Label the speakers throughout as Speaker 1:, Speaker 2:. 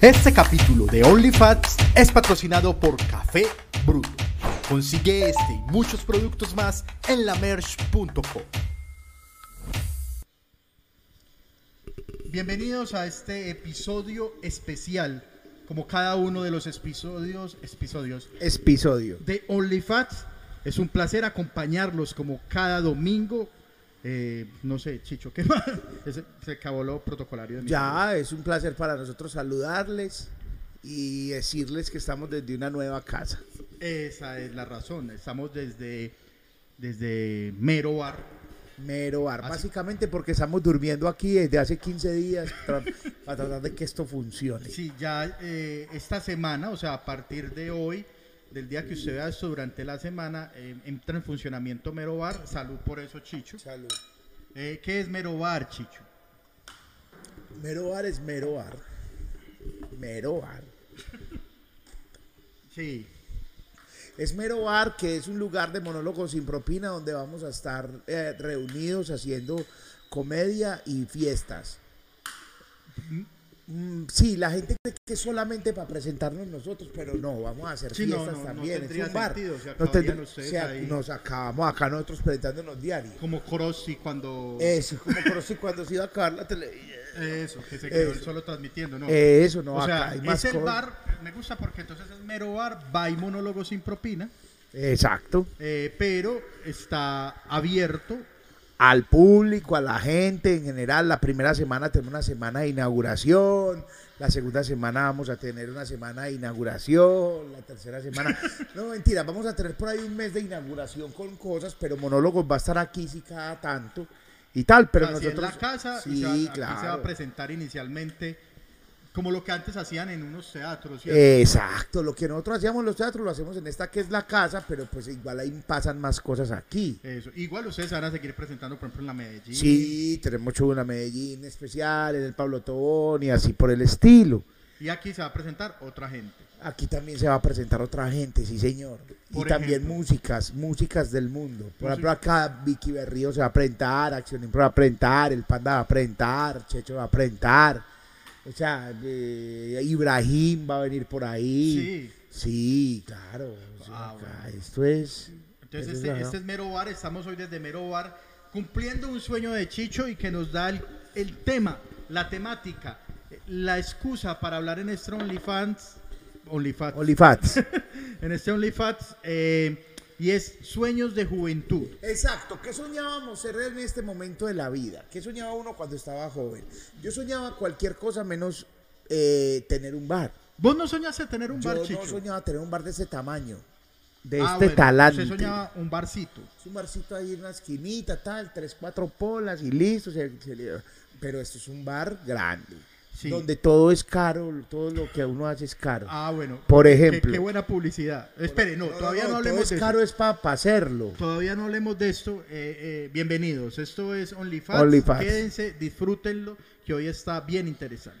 Speaker 1: Este capítulo de OnlyFats es patrocinado por Café Bruto. Consigue este y muchos productos más en lamerch.com. Bienvenidos a este episodio especial, como cada uno de los episodios, episodios
Speaker 2: episodio.
Speaker 1: de OnlyFats. Es un placer acompañarlos como cada domingo. Eh, no sé, Chicho, ¿qué más? Ese- se acabó lo protocolario. de mi parte.
Speaker 2: Ya es un placer para nosotros saludarles y decirles que estamos desde una nueva casa.
Speaker 1: Esa es la razón. Estamos desde, desde Mero Bar.
Speaker 2: Mero bar,
Speaker 1: Así.
Speaker 2: básicamente porque estamos durmiendo aquí desde hace 15 días tra- para tratar de que esto funcione.
Speaker 1: Sí, ya eh, esta semana, o sea, a partir de hoy, del día que usted vea esto durante la semana, eh, entra en funcionamiento Mero Bar. Salud por eso, Chicho.
Speaker 2: Salud.
Speaker 1: Eh, ¿Qué es Mero Bar, Chicho?
Speaker 2: Mero bar es mero bar. Mero bar.
Speaker 1: Sí,
Speaker 2: Es Mero Bar, que es un lugar de monólogos sin propina donde vamos a estar eh, reunidos haciendo comedia y fiestas. Mm, sí, la gente cree que es solamente para presentarnos nosotros, pero no, vamos a hacer
Speaker 1: Sí, no,
Speaker 2: fiestas
Speaker 1: no, no
Speaker 2: también. es
Speaker 1: tendría
Speaker 2: un bar.
Speaker 1: sentido, se
Speaker 2: No
Speaker 1: acabarían
Speaker 2: tendría-
Speaker 1: ustedes
Speaker 2: se ac-
Speaker 1: ahí.
Speaker 2: nos acabamos acá nosotros presentándonos diario.
Speaker 1: como Crossi cuando...
Speaker 2: Eso, como por si cuando se iba a acabar la televisión.
Speaker 1: Eso, que se quedó él
Speaker 2: Eso.
Speaker 1: solo transmitiendo, ¿no?
Speaker 2: Eso, no,
Speaker 1: o
Speaker 2: acá
Speaker 1: sea,
Speaker 2: hay más
Speaker 1: es el
Speaker 2: cosas.
Speaker 1: bar, me gusta porque entonces es Mero Bar, va y monólogo sin propina,
Speaker 2: Exacto.
Speaker 1: eh, pero está abierto
Speaker 2: al público, a la gente en general. La primera semana tenemos una semana de inauguración, la segunda semana vamos a tener una semana de inauguración, la tercera semana... No, mentira, vamos a tener por ahí un mes de inauguración con cosas, pero Monólogos va a estar aquí sí cada tanto y tal, pero
Speaker 1: Pero
Speaker 2: nosotros...
Speaker 1: en la casa y
Speaker 2: sí,
Speaker 1: se va- aquí
Speaker 2: claro.
Speaker 1: se va a presentar inicialmente como lo que antes hacían en unos teatros. ¿cierto?
Speaker 2: Eh. Exacto, lo que nosotros hacíamos en los teatros lo hacemos en esta que es la casa, pero pues igual ahí pasan más cosas aquí.
Speaker 1: Eso. Igual ustedes se van a seguir presentando, por ejemplo, en la Medellín.
Speaker 2: Sí, tenemos show en la Medellín especial, en el Pablo Tobón y así por el estilo.
Speaker 1: Y aquí se va a presentar otra gente.
Speaker 2: Aquí también se va a presentar otra gente, sí señor.
Speaker 1: Por
Speaker 2: y también
Speaker 1: ejemplo.
Speaker 2: músicas, músicas del mundo. Por
Speaker 1: Música.
Speaker 2: ejemplo, acá Vicky Berrío se va a presentar, Acción Impro va a presentar, El Panda va a presentar, Checho va a presentar. O sea, eh, Ibrahim va a venir por ahí.
Speaker 1: Sí.
Speaker 2: Sí, claro. o sea,
Speaker 1: Ah,
Speaker 2: acá
Speaker 1: bueno.
Speaker 2: Esto es... esto
Speaker 1: Entonces,
Speaker 2: es
Speaker 1: este,
Speaker 2: la-
Speaker 1: este es Mero Bar. Estamos hoy desde Mero Bar cumpliendo un sueño de Chicho y que nos da el, el tema, la temática, eh, la excusa para hablar en este OnlyFans. OnlyFans.
Speaker 2: Olifats.
Speaker 1: en este OnlyFans. eh, y es sueños de juventud.
Speaker 2: Exacto, ¿qué soñábamos ser en este momento de la vida? ¿Qué soñaba uno cuando estaba joven? Yo soñaba cualquier cosa menos eh, tener un bar.
Speaker 1: ¿Vos no soñaste tener un bar,
Speaker 2: Yo
Speaker 1: Chicho?
Speaker 2: no soñaba tener un bar de ese tamaño, de
Speaker 1: Ah,
Speaker 2: este
Speaker 1: bueno,
Speaker 2: talante.
Speaker 1: Usted soñaba un barcito.
Speaker 2: Es un barcito ahí en una esquinita, tal, tres, cuatro polas y listo. se- se le- Pero esto es un bar grande,
Speaker 1: Sí.
Speaker 2: donde todo es caro, todo lo que uno hace es caro.
Speaker 1: Ah, bueno.
Speaker 2: Por
Speaker 1: Qué-
Speaker 2: ejemplo.
Speaker 1: Qué, buena publicidad. Espere, no, todavía no, hablemos
Speaker 2: Todo
Speaker 1: de
Speaker 2: es caro,
Speaker 1: esto.
Speaker 2: es para hacerlo.
Speaker 1: Todavía no hablemos de esto. Eh, eh, bienvenidos. Esto es OnlyFans.
Speaker 2: OnlyFans.
Speaker 1: Quédense, disfrútenlo, que hoy está bien interesante.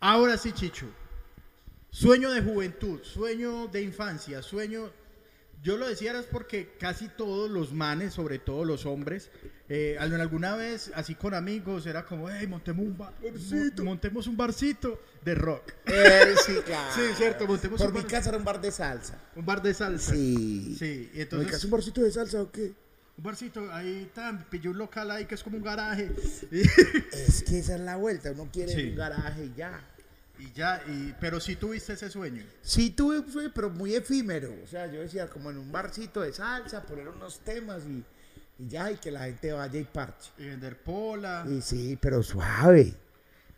Speaker 1: Ahora sí, Chicho. Sueño de juventud, sueño de infancia, sueño... Yo lo decía es porque casi todos los manes, sobre todo los hombres, eh, al- alguna vez, así con amigos, era como, hey, montemos un, bar- mo- montemos un barcito de rock.
Speaker 2: Eh, sí, claro.
Speaker 1: Sí, cierto, montemos
Speaker 2: Por
Speaker 1: un
Speaker 2: mi
Speaker 1: bar-
Speaker 2: casa era un bar de salsa.
Speaker 1: Un bar de salsa.
Speaker 2: Sí.
Speaker 1: Sí, y
Speaker 2: ¿Me alcanza
Speaker 1: entonces...
Speaker 2: un barcito de salsa o qué?
Speaker 1: Un barcito, ahí tan, pilló un local ahí que es como un garaje.
Speaker 2: Es que esa es la vuelta, uno quiere
Speaker 1: Sí.
Speaker 2: un garaje y ya.
Speaker 1: y ya, y, pero sí tuviste ese sueño.
Speaker 2: Sí tuve, un sueño, pero muy efímero. O sea, yo decía, como en un barcito de salsa, poner unos temas y, y ya, y que la gente vaya y parche.
Speaker 1: Y vender pola.
Speaker 2: Y sí, pero suave,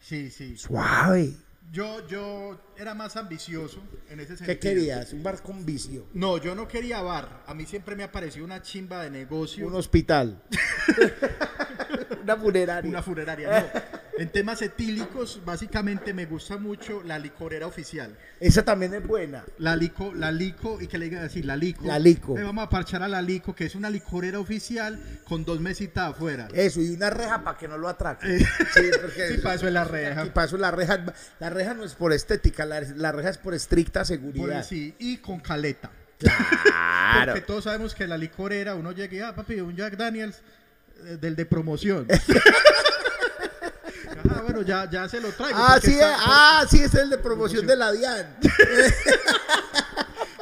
Speaker 1: Sí, sí.
Speaker 2: suave.
Speaker 1: Yo, yo era más ambicioso en ese sentido.
Speaker 2: ¿Qué querías? ¿Un bar con vicio?
Speaker 1: No, yo no quería bar. A mí siempre me ha parecido una chimba de negocio.
Speaker 2: ¿Un hospital? ¿Una funeraria?
Speaker 1: Una funeraria, no. En temas etílicos, básicamente me gusta mucho la licorera oficial.
Speaker 2: Esa también es buena.
Speaker 1: La lico, la lico, y que le diga decir, la lico.
Speaker 2: La lico.
Speaker 1: Le vamos a parchar a la lico, que es una licorera oficial con dos mesitas afuera.
Speaker 2: Eso, y una reja para que no lo atraque.
Speaker 1: Eh.
Speaker 2: Sí, porque
Speaker 1: Sí,
Speaker 2: eso-
Speaker 1: para eso es la reja.
Speaker 2: Y para eso la reja, la reja no es por estética, la, la reja es por estricta
Speaker 1: Por
Speaker 2: seguridad.
Speaker 1: así, Pues y con caleta.
Speaker 2: Claro.
Speaker 1: Porque todos sabemos que la licorera, uno llega y, ah, papi, un Jack Daniels eh, del de promoción. ah, bueno, ya, ya se lo traigo.
Speaker 2: Ah,
Speaker 1: porque
Speaker 2: sí,
Speaker 1: está-
Speaker 2: eh, ah, sí, ese es el de promoción de la DIAN.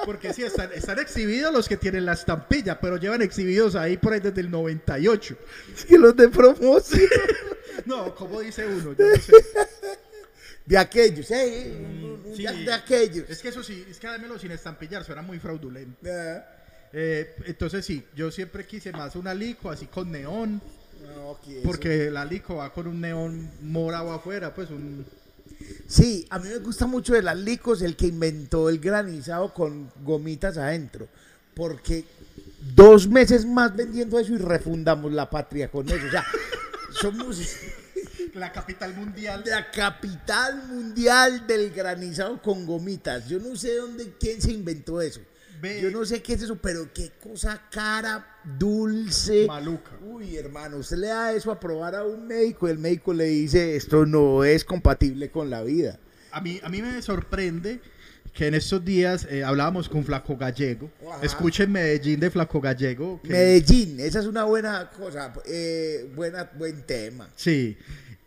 Speaker 1: Porque sí, están, están exhibidos los que tienen la estampilla, pero llevan exhibidos ahí por ahí desde el 98.
Speaker 2: que los de promoción.
Speaker 1: No, como dice uno? Yo no sé.
Speaker 2: De aquellos, eh, un- un
Speaker 1: Sí.
Speaker 2: Jack de aquellos.
Speaker 1: Es que eso sí, es que dámelo sin estampillar, suena muy fraudulento.
Speaker 2: Ah,
Speaker 1: Eh, entonces sí, yo siempre quise más una lico así con neón,
Speaker 2: no, que eso-
Speaker 1: porque la lico va con un neón morado afuera, pues un...
Speaker 2: Sí, a mí me gusta mucho de las licos el que inventó el granizado con gomitas adentro. Porque dos meses más vendiendo eso y refundamos la patria con eso. O sea, somos
Speaker 1: La capital mundial.
Speaker 2: la capital mundial del granizado con gomitas. Yo no sé dónde, quién se inventó eso.
Speaker 1: Ve.
Speaker 2: Yo no sé qué es eso, pero qué cosa cara, dulce.
Speaker 1: Maluca.
Speaker 2: Uy, hermano, usted le da eso a probar a un médico y el médico le dice, esto no es compatible con la vida.
Speaker 1: A mí, a mí me sorprende que en estos días eh, hablábamos con Flaco Gallego.
Speaker 2: Ajá.
Speaker 1: Escuchen Medellín de Flaco Gallego. que-
Speaker 2: Medellín, esa es una buena cosa, eh, buena, buen tema.
Speaker 1: Sí.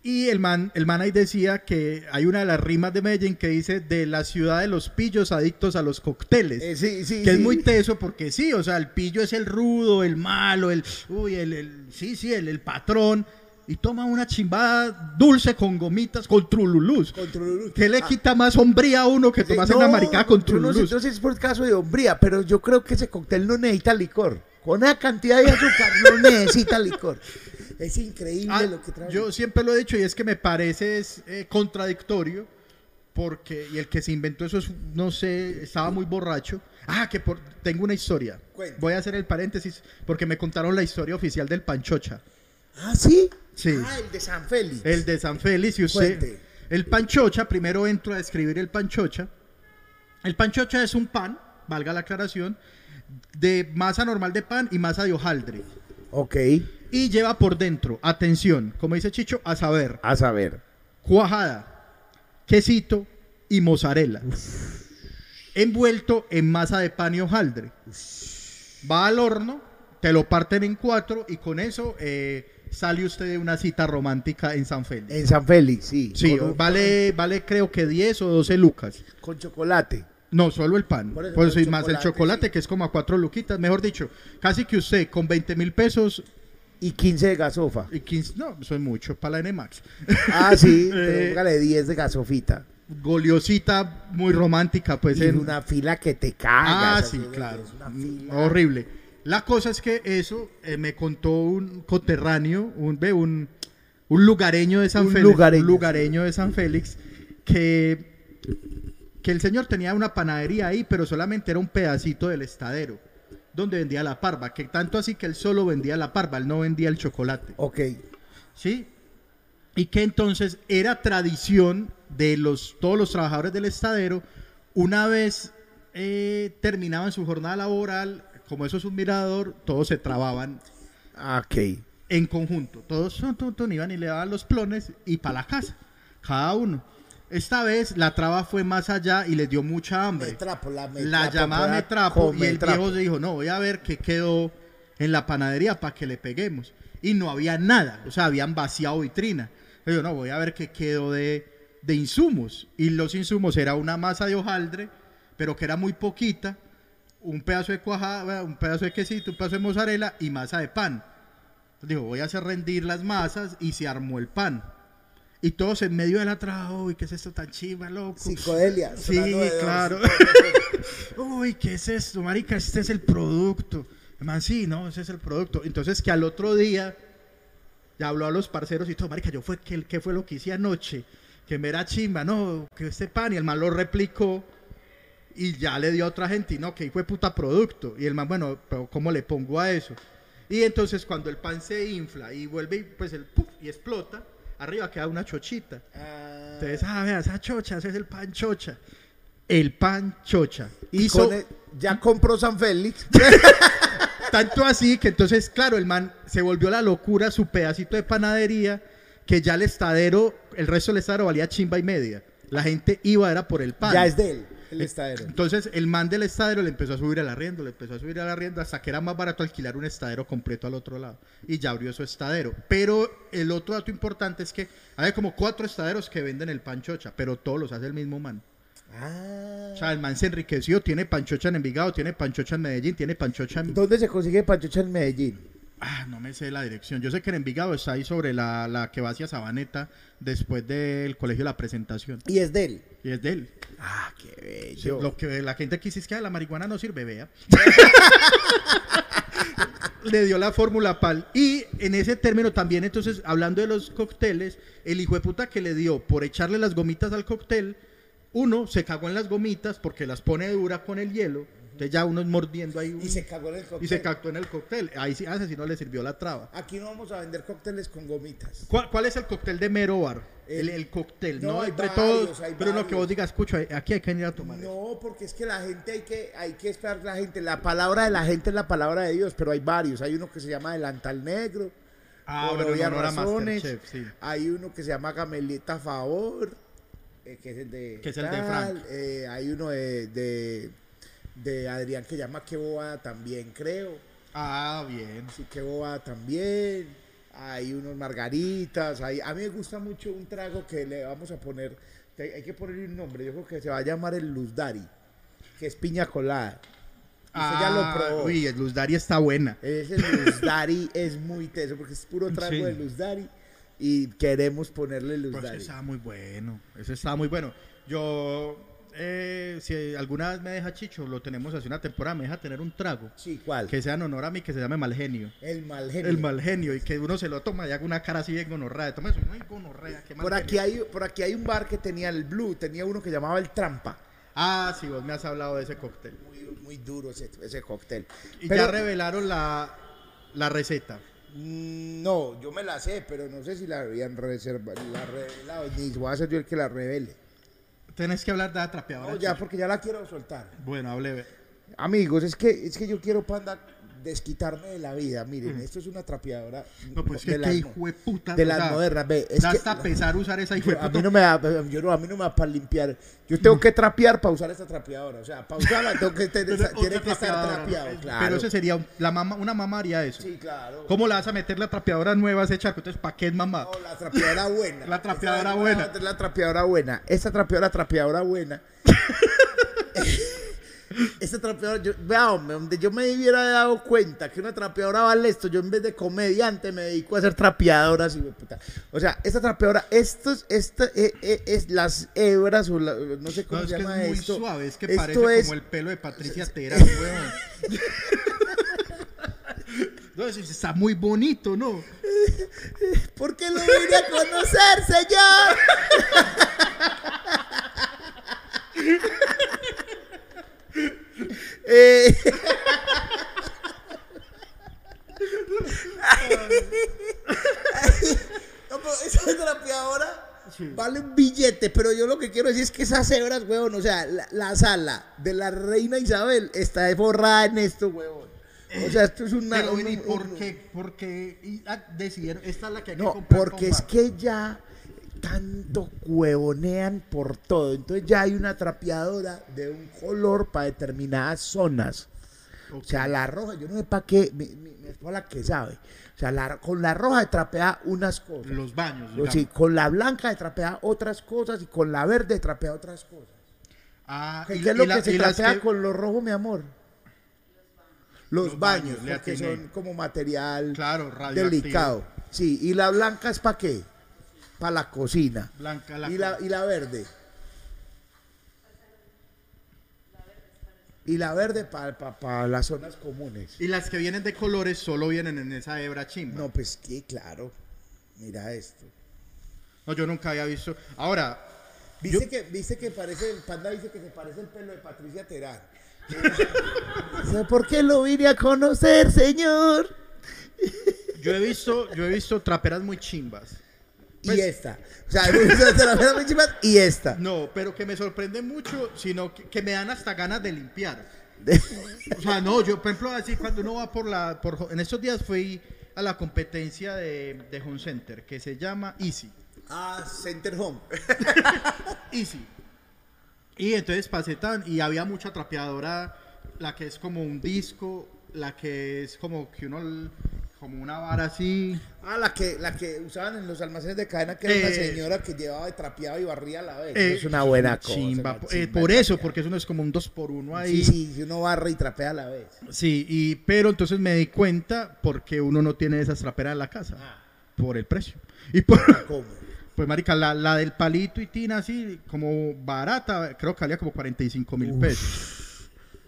Speaker 1: Y el man, el man ahí decía que hay una de las rimas de Medellín que dice de la ciudad de los pillos adictos a los cócteles.
Speaker 2: Eh, sí, sí,
Speaker 1: que es
Speaker 2: sí.
Speaker 1: muy teso porque sí, o sea, el pillo es el rudo, el malo, el, uy, el, el- sí, sí, el, el patrón. Y toma una chimbada dulce con gomitas, con trululús.
Speaker 2: Con trululús.
Speaker 1: ¿Qué le
Speaker 2: Ah.
Speaker 1: quita más sombría a uno que
Speaker 2: Sí,
Speaker 1: tomarse una
Speaker 2: no,
Speaker 1: maricada con
Speaker 2: yo No sé,
Speaker 1: trululús?
Speaker 2: yo no sé si es por caso de hombría, pero yo creo que ese cóctel no necesita licor. Con la cantidad de azúcar no necesita licor. Es increíble
Speaker 1: Ah,
Speaker 2: lo que trae.
Speaker 1: yo siempre lo he dicho y es que me parece es, eh, contradictorio porque y el que se inventó eso es, no sé estaba muy borracho ah que por, tengo una historia
Speaker 2: Cuente.
Speaker 1: voy a hacer el paréntesis porque me contaron la historia oficial del Panchocha
Speaker 2: Ah, sí.
Speaker 1: Sí.
Speaker 2: Ah, el de San Félix.
Speaker 1: el de San Félix y usted
Speaker 2: Cuente.
Speaker 1: el Panchocha primero entro a describir el Panchocha el Panchocha es un pan valga la aclaración de masa normal de pan y masa de hojaldre
Speaker 2: Ok,
Speaker 1: y lleva por dentro atención como dice Chicho a saber
Speaker 2: a saber.
Speaker 1: cuajada, quesito y mozzarella. Envuelto en masa de pan y hojaldre. Va al horno, te lo parten en cuatro y con eso eh, sale usted de una cita romántica en San Félix.
Speaker 2: En San Félix, sí.
Speaker 1: Sí,
Speaker 2: Eh, con, un-
Speaker 1: vale, vale creo que 10 o 12 lucas.
Speaker 2: con chocolate.
Speaker 1: No, solo el pan.
Speaker 2: Por eso,
Speaker 1: Por eso,
Speaker 2: pero
Speaker 1: y más el
Speaker 2: chocolate,
Speaker 1: chocolate,
Speaker 2: sí.
Speaker 1: que es como a cuatro luquitas. Mejor dicho, casi que usted con 20 mil pesos
Speaker 2: Y 15 de gasofa.
Speaker 1: y 15... No, eso es mucho para la NMAX.
Speaker 2: Ah, sí,
Speaker 1: Eh.
Speaker 2: póngale 10 de gasofita.
Speaker 1: Goliosita muy romántica, pues.
Speaker 2: Es
Speaker 1: en-
Speaker 2: una fila que te caga.
Speaker 1: Ah,
Speaker 2: esa
Speaker 1: sí,
Speaker 2: fila,
Speaker 1: claro.
Speaker 2: es una
Speaker 1: Mm,
Speaker 2: fila.
Speaker 1: Horrible. La cosa es que eso eh, me contó un coterráneo, un, ve, un, un lugareño de San
Speaker 2: Un
Speaker 1: Félix.
Speaker 2: lugareño,
Speaker 1: un lugareño de San Félix, que, que el señor tenía una panadería ahí, pero solamente era un pedacito del estadero, donde vendía la parva, que tanto así que él solo vendía la parva, él no vendía el chocolate.
Speaker 2: Ok.
Speaker 1: ¿sí? Y que entonces era tradición de los, todos los trabajadores del estadero, una vez eh, terminaban su jornada laboral, como eso es un mirador, todos se trababan
Speaker 2: Ah, Ok.
Speaker 1: en conjunto. Todos tun, tun, tun, iban y le daban los plones y para la casa, cada uno. Esta vez la traba fue más allá y les dio mucha hambre.
Speaker 2: Metrapo, la metrapo.
Speaker 1: La llamada
Speaker 2: para-
Speaker 1: me trapo
Speaker 2: con
Speaker 1: y el
Speaker 2: metrapo.
Speaker 1: viejo se dijo, no, voy a ver qué quedó en la panadería para que le peguemos. Y no había nada, o sea, habían vaciado vitrina. Yo digo, no, voy a ver qué quedó de, de insumos. Y los insumos era una masa de hojaldre, pero que era muy poquita, un pedazo de cuajada, un pedazo de quesito, un pedazo de mozzarella y masa de pan. Entonces dijo, voy a hacer rendir las masas y se armó el pan. Y todos en medio de la trabajo, uy, ¿qué es esto tan chiva, loco?
Speaker 2: Psicodelia.
Speaker 1: Sí,
Speaker 2: sonando de dos.
Speaker 1: claro. Uy, ¿qué es esto, marica? Este es el producto. El Man, sí, no, ese es el producto. Entonces, que al otro día ya habló a los parceros y todo, marica, yo fue que qué fue lo que hice anoche, que me era chimba, no, que este pan, y el man lo replicó y ya le dio a otra gente, y no, que fue puta producto. Y el man, bueno, pero ¿cómo le pongo a eso? Y entonces cuando el pan se infla y vuelve, y, pues el puff, y explota, arriba queda una chochita.
Speaker 2: Ah,
Speaker 1: Entonces, ah, vea, esa chocha, ese es el pan chocha. El pan chocha.
Speaker 2: y
Speaker 1: Hizo
Speaker 2: con el- ya compró San Félix.
Speaker 1: tanto así que entonces, claro, el man se volvió la locura su pedacito de panadería que ya el estadero, el resto del estadero valía chimba y media. La gente iba, era por el pan. Eh.
Speaker 2: ya es de él, el estadero.
Speaker 1: Entonces el man del estadero le empezó a subir al arriendo, le empezó a subir al arriendo hasta que era más barato alquilar un estadero completo al otro lado. Y ya abrió su estadero. Pero el otro dato importante es que hay como cuatro estaderos que venden el panchocha, pero todos los hace el mismo man.
Speaker 2: Ah.
Speaker 1: O sea, el man se enriqueció, tiene panchocha en Envigado, tiene panchocha en Medellín, tiene panchocha en...
Speaker 2: ¿Dónde se consigue Pachucha en Medellín?
Speaker 1: Ah, no me sé la dirección. Yo sé que en Envigado está ahí sobre la, la que va hacia Sabaneta después del colegio La Presentación.
Speaker 2: Y es de él.
Speaker 1: Y es de él.
Speaker 2: Ah, qué
Speaker 1: Sí,
Speaker 2: bello.
Speaker 1: lo que la gente aquí dice es que "Ah, la marihuana no sirve, vea. Le dio la fórmula pal. Y en ese término también, entonces, hablando de los cócteles, el hijo de puta que le dio por echarle las gomitas al cóctel, uno se cagó en las gomitas porque las pone dura con el hielo. Entonces ya uno es mordiendo ahí un-
Speaker 2: Y se cagó en el cóctel.
Speaker 1: y se cactó en el cóctel. Ahí sí, ah, ese sí no le sirvió la traba.
Speaker 2: Aquí no vamos a vender cócteles con gomitas.
Speaker 1: ¿Cuál, cuál es el cóctel de Mero Bar? El,
Speaker 2: El-
Speaker 1: el cóctel,
Speaker 2: No,
Speaker 1: ¿no?
Speaker 2: hay
Speaker 1: Entre
Speaker 2: varios,
Speaker 1: todos.
Speaker 2: hay
Speaker 1: Pero lo que
Speaker 2: varios.
Speaker 1: vos digas, escucha, aquí hay que venir a tomar. eso".
Speaker 2: No, porque es que la gente hay que, hay que esperar la gente. La palabra de la gente es la palabra de Dios, pero hay varios. Hay uno que se llama Delantal Negro.
Speaker 1: Ah,
Speaker 2: por
Speaker 1: bueno, en
Speaker 2: obvias
Speaker 1: honor a
Speaker 2: razones.
Speaker 1: Masterchef, sí.
Speaker 2: Hay uno que se llama Gamelita a favor, eh, que es el de,
Speaker 1: Que es el de Frank.
Speaker 2: eh, hay uno de, de, de Adrián que llama Que Bobada también, creo.
Speaker 1: Ah, bien.
Speaker 2: Sí, Que Bobada también. Hay unos margaritas. Hay, a mí me gusta mucho un trago que le vamos a poner. te- hay que ponerle un nombre. Yo creo que se va a llamar el Luzdari, que es piña colada. Usted ya lo probó.
Speaker 1: Ah, Uy, el Luz Dari está buena.
Speaker 2: Ese Luz Dari es muy teso porque es puro trago
Speaker 1: Sí.
Speaker 2: de Luz Dari y queremos ponerle Luz
Speaker 1: Pero ese
Speaker 2: Dari.
Speaker 1: está Pues, muy bueno. Ese está muy bueno. Yo, eh, si alguna vez me deja Chicho, lo tenemos hace una temporada, me deja tener un trago.
Speaker 2: Sí, ¿cuál?
Speaker 1: Que sea en honor a mí, que se llame mal genio.
Speaker 2: El mal genio.
Speaker 1: El mal genio, y que uno se lo toma y haga una cara así bien gonorrea. Toma eso, no hay gonorrea. qué mal
Speaker 2: Por aquí,
Speaker 1: genio.
Speaker 2: hay, por aquí hay un bar que tenía el Blue, tenía uno que llamaba el Trampa.
Speaker 1: Ah, sí, vos me has hablado de ese cóctel.
Speaker 2: Muy, muy duro ese, ese cóctel.
Speaker 1: Y
Speaker 2: Pero-
Speaker 1: ya revelaron la, la receta.
Speaker 2: Mm, No, yo me la sé, pero no sé si la habían reservado, la revelado, ni voy a ser yo el que la revele.
Speaker 1: Tenés que hablar de la trapeadora.
Speaker 2: No, ya,
Speaker 1: Chicho.
Speaker 2: porque ya la quiero soltar.
Speaker 1: Bueno, hable.
Speaker 2: Amigos, es que, es que yo quiero, panda, desquitarme de la vida. Miren, esto es una trapeadora.
Speaker 1: Mm. No, pues
Speaker 2: de
Speaker 1: que
Speaker 2: las
Speaker 1: qué
Speaker 2: mo-
Speaker 1: hijo de puta.
Speaker 2: de
Speaker 1: o
Speaker 2: las
Speaker 1: sea,
Speaker 2: modernas, ve, es
Speaker 1: Da
Speaker 2: que-
Speaker 1: hasta pesar usar esa hijo de
Speaker 2: Yo- a mí
Speaker 1: puta.
Speaker 2: no me da, yo no, a mí no me da para limpiar. Yo tengo que trapear para usar esta trapeadora. O sea, para usarla tengo que tener-
Speaker 1: Mm. Pero otra
Speaker 2: tiene que estar
Speaker 1: trapeadora,
Speaker 2: trapeado,
Speaker 1: ¿no? pues,
Speaker 2: claro.
Speaker 1: Pero ese sería un- la mamá, una mamá haría eso.
Speaker 2: Sí, claro.
Speaker 1: ¿Cómo la vas a meter la trapeadora nueva a ese charco? Entonces, ¿para qué es mamá?
Speaker 2: No, la trapeadora buena.
Speaker 1: La trapeadora
Speaker 2: Esa-
Speaker 1: buena.
Speaker 2: La, la trapeadora buena. Esta trapeadora, trapeadora buena. Esta trapeadora, yo, vea, hombre, donde yo me hubiera dado cuenta que una trapeadora vale esto, yo en vez de comediante me dedico a ser trapeadora, así, güey, puta. O sea, esta trapeadora, estos, esta, eh, eh, es las hebras o la- no sé cómo
Speaker 1: No, es
Speaker 2: se
Speaker 1: que es
Speaker 2: llama
Speaker 1: muy
Speaker 2: esto.
Speaker 1: suave, es que
Speaker 2: Esto
Speaker 1: parece
Speaker 2: es-
Speaker 1: como el pelo de Patricia Terán, weón. No, eso está muy bonito, ¿no?
Speaker 2: ¿Por qué lo vine a conocer, señor? Eh, no, pero esa trapeadora
Speaker 1: Sí.
Speaker 2: vale un billete, pero yo lo que quiero decir es que esas hebras, huevón, o sea, la, la sala de la reina Isabel está borrada en esto, huevón. O sea, esto es una...
Speaker 1: Pero,
Speaker 2: un-
Speaker 1: ven, ¿y
Speaker 2: un-
Speaker 1: por
Speaker 2: un-
Speaker 1: qué? ¿Por qué y, ah, decidieron? Esta es la que hay que
Speaker 2: no,
Speaker 1: comprar con
Speaker 2: porque es
Speaker 1: bar.
Speaker 2: que ya tanto huevonean por todo. Entonces ya hay una trapeadora de un color para determinadas zonas. O sea, la roja, yo no sé para qué, mi, mi, mi esposa la que sabe. O sea, la- con la roja se trapea unas cosas.
Speaker 1: Los baños.
Speaker 2: O
Speaker 1: digamos.
Speaker 2: sea, con la blanca se trapea otras cosas y con la verde se trapea otras cosas.
Speaker 1: Ah,
Speaker 2: ¿Qué,
Speaker 1: y-
Speaker 2: qué es lo
Speaker 1: y la-
Speaker 2: que se
Speaker 1: y las
Speaker 2: trapea
Speaker 1: que-
Speaker 2: con lo rojo, mi amor? Los,
Speaker 1: Los baños,
Speaker 2: baños,
Speaker 1: le
Speaker 2: porque
Speaker 1: atiné.
Speaker 2: son como material
Speaker 1: Claro, radioactivo.
Speaker 2: delicado. Sí, y la blanca es para qué? Para la cocina.
Speaker 1: Blanca la
Speaker 2: y, la, y la verde. Y la verde para las zonas comunes.
Speaker 1: Y las que vienen de colores solo vienen en esa hebra chimba.
Speaker 2: No,
Speaker 1: No.
Speaker 2: pues que claro. Mira esto.
Speaker 1: yo nunca había visto. Ahora,
Speaker 2: Dice que, dice que parece, el panda dice que se parece el pelo de Patricia Terán. ¿Por qué lo vine a conocer, señor?
Speaker 1: yo he visto, yo he visto traperas muy chimbas.
Speaker 2: y
Speaker 1: Pues-
Speaker 2: esta. O sea, hemos visto hasta la mera principal y esta.
Speaker 1: No, pero que me sorprende mucho, sino que, que me dan hasta ganas de limpiar. O sea, no, yo, por ejemplo, así cuando uno va por la. Por, en estos días fui a la competencia de, de Home Center que se llama Easy.
Speaker 2: Ah, Center Home.
Speaker 1: Easy. Y entonces pasé tan. Y había mucha trapeadora, la que es como un disco, la que es como que uno. l- como una vara así.
Speaker 2: Ah, la que, la que usaban en los almacenes de cadena, que era
Speaker 1: Eh.
Speaker 2: una señora que llevaba y trapeaba y barría a la vez.
Speaker 1: Eh,
Speaker 2: es una buena cosa.
Speaker 1: chimba.
Speaker 2: una
Speaker 1: Eh,
Speaker 2: chimba
Speaker 1: por eso,
Speaker 2: trapear.
Speaker 1: porque eso no es como un 2 por 1
Speaker 2: Sí,
Speaker 1: ahí.
Speaker 2: sí, si uno barre y trapea a la vez.
Speaker 1: Sí, y, pero entonces me di cuenta porque uno no tiene esas traperas en la casa.
Speaker 2: Ah.
Speaker 1: Por el precio. Y por,
Speaker 2: ¿Cómo?
Speaker 1: pues, marica, la, la del palito y tina así, como barata, creo que valía como 45 mil pesos.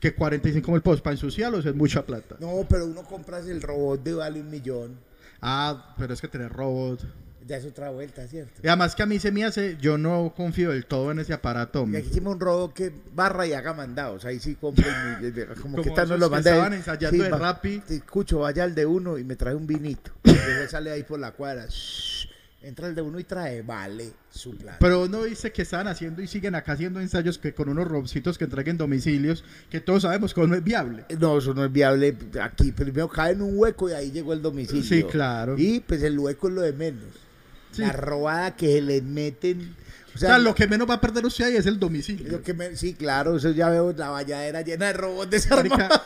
Speaker 1: Que 45 mil pesos para ensuciarlos es mucha plata.
Speaker 2: No, pero uno compras el robot de vale un millón.
Speaker 1: Ah, pero es que tener robot.
Speaker 2: Ya es otra vuelta, ¿cierto?
Speaker 1: Y además que a mí se me hace, yo no confío del todo en ese aparato.
Speaker 2: Y
Speaker 1: hombre.
Speaker 2: aquí hicimos un robot que barra y haga mandados. Ahí sí compro. y- y- como,
Speaker 1: Como
Speaker 2: que tal no
Speaker 1: esos
Speaker 2: lo
Speaker 1: que
Speaker 2: mandé.
Speaker 1: estaban ensayando de
Speaker 2: va-
Speaker 1: Rappi.
Speaker 2: te escucho, vaya al de uno y me trae un vinito. Y luego sale ahí por la cuadra. shh, entra el de uno y trae, vale, su plata.
Speaker 1: Pero uno dice que están haciendo y siguen acá haciendo ensayos que con unos robotcitos que entreguen domicilios, que todos sabemos que no es viable.
Speaker 2: No, eso no es viable. Aquí primero cae en un hueco y ahí llegó el domicilio.
Speaker 1: Sí, claro.
Speaker 2: Y pues el hueco es lo de menos.
Speaker 1: Sí.
Speaker 2: La robada que se les meten. O
Speaker 1: O sea, lo que menos va a perder usted ahí es el domicilio.
Speaker 2: lo que me- sí, claro, eso ya veo la valladera llena de robots desarmados.
Speaker 1: Marica,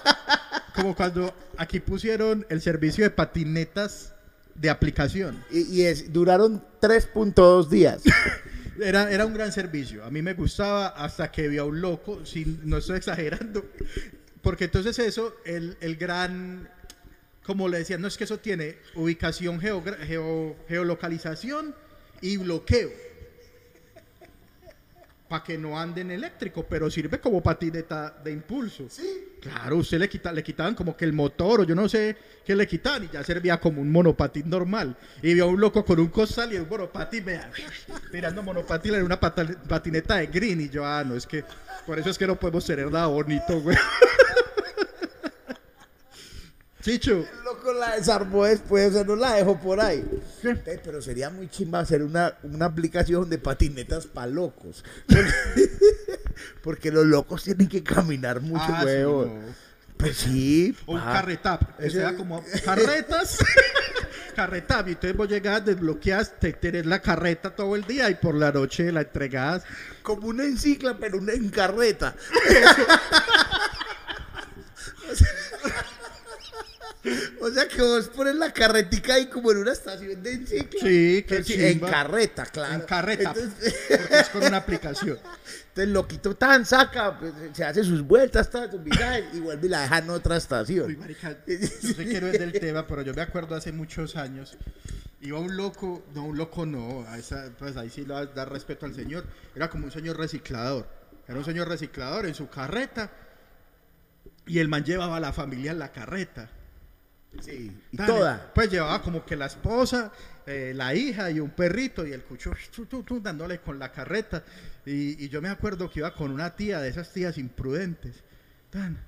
Speaker 1: como cuando aquí pusieron el servicio de patinetas de aplicación.
Speaker 2: Y, y es, duraron 3.2 días.
Speaker 1: Era, era un gran servicio. A mí me gustaba hasta que vi a un loco, sin, no estoy exagerando. Porque entonces eso, el, el gran, como le decían, no es que eso tiene ubicación, geogra- geo- geolocalización y bloqueo. Para que no anden eléctrico, pero sirve como patineta de impulso. Claro, usted le, quita, le quitaban como que el motor o yo no sé qué le quitaban y ya servía como un monopatín normal. Y vio a un loco con un costal y un monopatín me da- tirando monopatín en una pata- patineta de green y yo, ah, no, es que por eso es que no podemos tener nada bonito, güey. Chicho,
Speaker 2: El loco la desarmó después, o sea, no la dejó por ahí.
Speaker 1: Sí.
Speaker 2: Eh, Pero sería muy chimba hacer una, una aplicación de patinetas para locos. Porque los locos tienen que caminar mucho,
Speaker 1: Ah, sí,
Speaker 2: huevón.
Speaker 1: no.
Speaker 2: Pues sí.
Speaker 1: o un
Speaker 2: pa.
Speaker 1: carretap, que
Speaker 2: Ese-
Speaker 1: sea como carretas. Carretap, y entonces vos llegas, desbloqueas, te tenés la carreta todo el día y por la noche la entregas.
Speaker 2: Como una encicla, pero una encarreta. o sea que vos pones la carretica ahí como en una estación de encicla.
Speaker 1: Sí, qué
Speaker 2: que En
Speaker 1: chimba.
Speaker 2: carreta, claro.
Speaker 1: En carreta,
Speaker 2: Entonces, eh,
Speaker 1: porque es con una aplicación.
Speaker 2: entonces lo quitó tan, saca, pues, se hace sus vueltas, tan, sus virajes, y vuelve y la deja en otra
Speaker 1: Uy,
Speaker 2: estación.
Speaker 1: marica, yo sé que no es del tema, pero yo me acuerdo hace muchos años, iba un loco, no, un loco no, a esa- pues ahí sí le voy a dar respeto al señor, era como un señor reciclador, era un señor reciclador en su carreta, y el man llevaba a la familia en la carreta.
Speaker 2: Sí, y
Speaker 1: Dale,
Speaker 2: toda.
Speaker 1: Pues llevaba como que la esposa, eh, la hija y un perrito y el cucho tu, tu, tu, dándole con la carreta. Y, y yo me acuerdo que iba con una tía de esas tías imprudentes. Tan,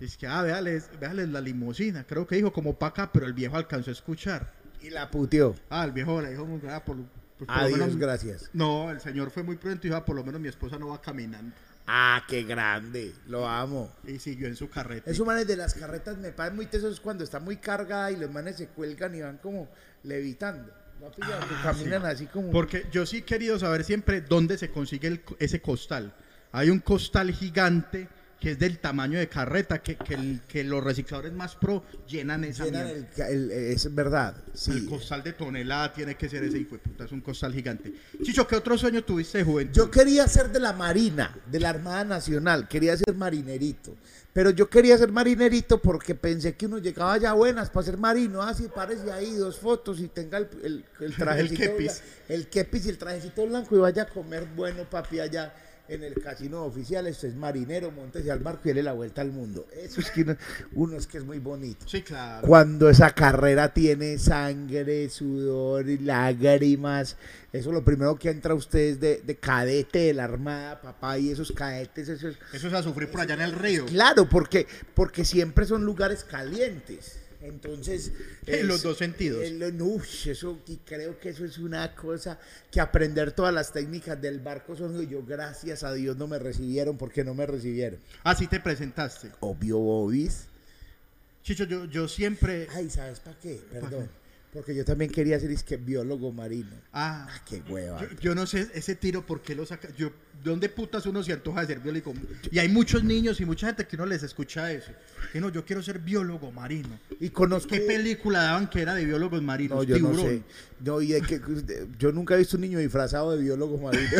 Speaker 1: es que, ah, véales, véales la limusina. Creo que dijo como pa' acá, pero el viejo alcanzó a escuchar.
Speaker 2: Y la puteó.
Speaker 1: Ah, el viejo le dijo, ah, por, lo- pues, por lo
Speaker 2: Adiós,
Speaker 1: menos-
Speaker 2: gracias.
Speaker 1: No, el señor fue muy prudente y dijo, "Ah, por lo menos mi esposa no va caminando.
Speaker 2: Ah, qué grande. Lo amo.
Speaker 1: Y siguió en su carreta.
Speaker 2: Esos manes de las carretas me parecen muy tesos cuando está muy cargada y los manes se cuelgan y van como levitando. ¿Lo ha pillado? Que caminan así como.
Speaker 1: Porque yo sí he querido saber siempre dónde se consigue el co- ese costal. Hay un costal gigante que es del tamaño de carreta, que, que el- que los recicladores más pro llenan esa
Speaker 2: Llenan
Speaker 1: mierda.
Speaker 2: el ca- el- eh, es verdad.
Speaker 1: El
Speaker 2: Sí.
Speaker 1: costal de tonelada tiene que ser ese hijo de puta, es un costal gigante. Chicho, ¿qué otro sueño tuviste de juventud?
Speaker 2: Yo quería ser de la Marina, de la Armada Nacional, quería ser marinerito. Pero yo quería ser marinerito porque pensé que uno llegaba ya buenas para ser marino, así parece ahí, dos fotos y tenga el, el, el trajecito. blan-
Speaker 1: kepis.
Speaker 2: el kepis y el trajecito blanco y vaya a comer bueno, papi, allá en el casino oficial. Esto es marinero, montese al barco y dele la vuelta al mundo. Eso es que uno, uno es que es muy bonito.
Speaker 1: Sí, claro.
Speaker 2: Cuando esa carrera tiene sangre, sudor y lágrimas, eso es lo primero que entra a ustedes de, de cadete de la Armada, papá, y esos cadetes, eso es-
Speaker 1: Eso es a sufrir por allá en el río.
Speaker 2: Claro, porque, porque siempre son lugares calientes. Entonces.
Speaker 1: En los dos sentidos.
Speaker 2: eh, lo- no, ush, eso, y creo que eso es una cosa que aprender todas las técnicas del barco son. Yo, gracias a Dios, no me recibieron porque no me recibieron.
Speaker 1: Así Ah, te presentaste.
Speaker 2: Obvio, Bobis.
Speaker 1: Chicho, yo, yo siempre...
Speaker 2: Ay, ¿sabes para qué? Perdón. Porque yo también quería ser es que biólogo marino.
Speaker 1: Ah,
Speaker 2: Ah, qué hueva.
Speaker 1: yo, yo no sé ese tiro por qué lo saca. Yo, ¿de ¿Dónde putas uno se antoja de ser biólogo? Y hay muchos niños y mucha gente que no les escucha eso. Que no, yo quiero ser biólogo marino.
Speaker 2: Y conozco.
Speaker 1: ¿Qué película daban que era de biólogos marinos?
Speaker 2: Eh. No, yo
Speaker 1: Tiburón.
Speaker 2: no sé. No, y es que, de- yo nunca he visto un niño disfrazado de biólogo marino.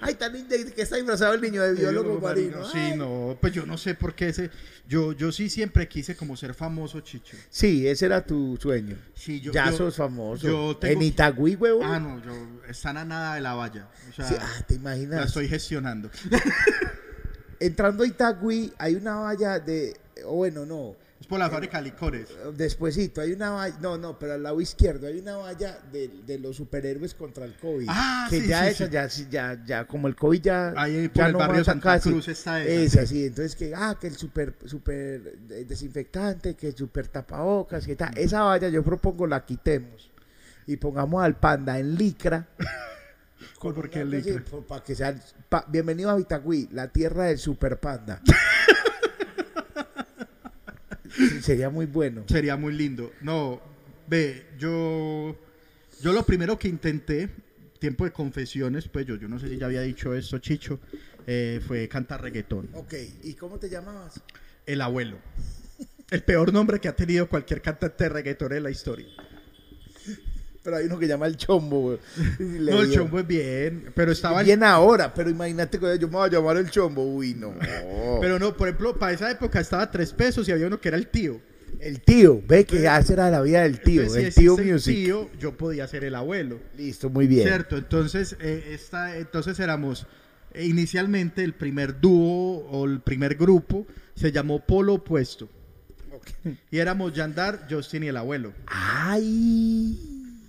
Speaker 2: Ay, tan lindo que está disfrazado el niño de
Speaker 1: De
Speaker 2: biólogo, marino.
Speaker 1: Sí,
Speaker 2: Ay.
Speaker 1: no, pues yo no sé por qué ese. Yo, yo sí siempre quise como ser famoso, Chicho.
Speaker 2: Sí, ese era tu sueño.
Speaker 1: Sí, yo-
Speaker 2: ya
Speaker 1: yo-
Speaker 2: sos famoso.
Speaker 1: yo tengo-
Speaker 2: En Itagüí, huevón.
Speaker 1: Ah, no, yo están a nada de la valla. O sea,
Speaker 2: Sí, ah, te imaginas.
Speaker 1: la estoy gestionando.
Speaker 2: Entrando a Itagüí, hay una valla de. o bueno, no.
Speaker 1: Es por la fábrica de licores.
Speaker 2: Despuésito, hay una valla, no, no, pero al lado izquierdo hay una valla de, de los superhéroes contra el COVID.
Speaker 1: Ah,
Speaker 2: que
Speaker 1: sí,
Speaker 2: ya
Speaker 1: sí,
Speaker 2: esa,
Speaker 1: sí.
Speaker 2: ya, sí, ya, ya, como el COVID ya,
Speaker 1: Ahí por
Speaker 2: ya
Speaker 1: el barrio
Speaker 2: mata
Speaker 1: Santa Cruz está esa,
Speaker 2: Esa, sí, entonces que, ah, que el super, super de- desinfectante, que el super tapabocas, que tal. Esa valla yo propongo la quitemos y pongamos al panda en licra.
Speaker 1: ¿Por qué el
Speaker 2: Sí,
Speaker 1: licor?
Speaker 2: por- para que sea, pa- bienvenido a Vitagüí, la tierra del super panda. Sí, Sería muy bueno.
Speaker 1: Sería muy lindo. No, ve, yo, yo lo primero que intenté, tiempo de confesiones, pues yo, yo no sé si ya había dicho esto, Chicho, eh, fue cantar reggaetón.
Speaker 2: Ok, ¿y cómo te llamabas?
Speaker 1: El abuelo. El peor nombre que ha tenido cualquier cantante de reggaetón en la historia.
Speaker 2: Pero hay uno que llama el chombo, güey. Y le
Speaker 1: no, el
Speaker 2: digo,
Speaker 1: chombo es bien, pero estaba...
Speaker 2: Bien ahora, pero imagínate que yo me voy a llamar el chombo. Uy, no.
Speaker 1: Pero no, por ejemplo, para esa época estaba a tres pesos y había uno que era el tío.
Speaker 2: el tío, ve que ya será la vida del tío,
Speaker 1: Entonces, si
Speaker 2: el tío
Speaker 1: existe el
Speaker 2: music.
Speaker 1: tío, yo podía ser el abuelo.
Speaker 2: Listo, muy bien.
Speaker 1: Cierto, entonces, eh, esta, entonces éramos, eh, inicialmente el primer dúo o el primer grupo se llamó Polo Opuesto. Y éramos Yandar, Justin y el abuelo.
Speaker 2: Ay,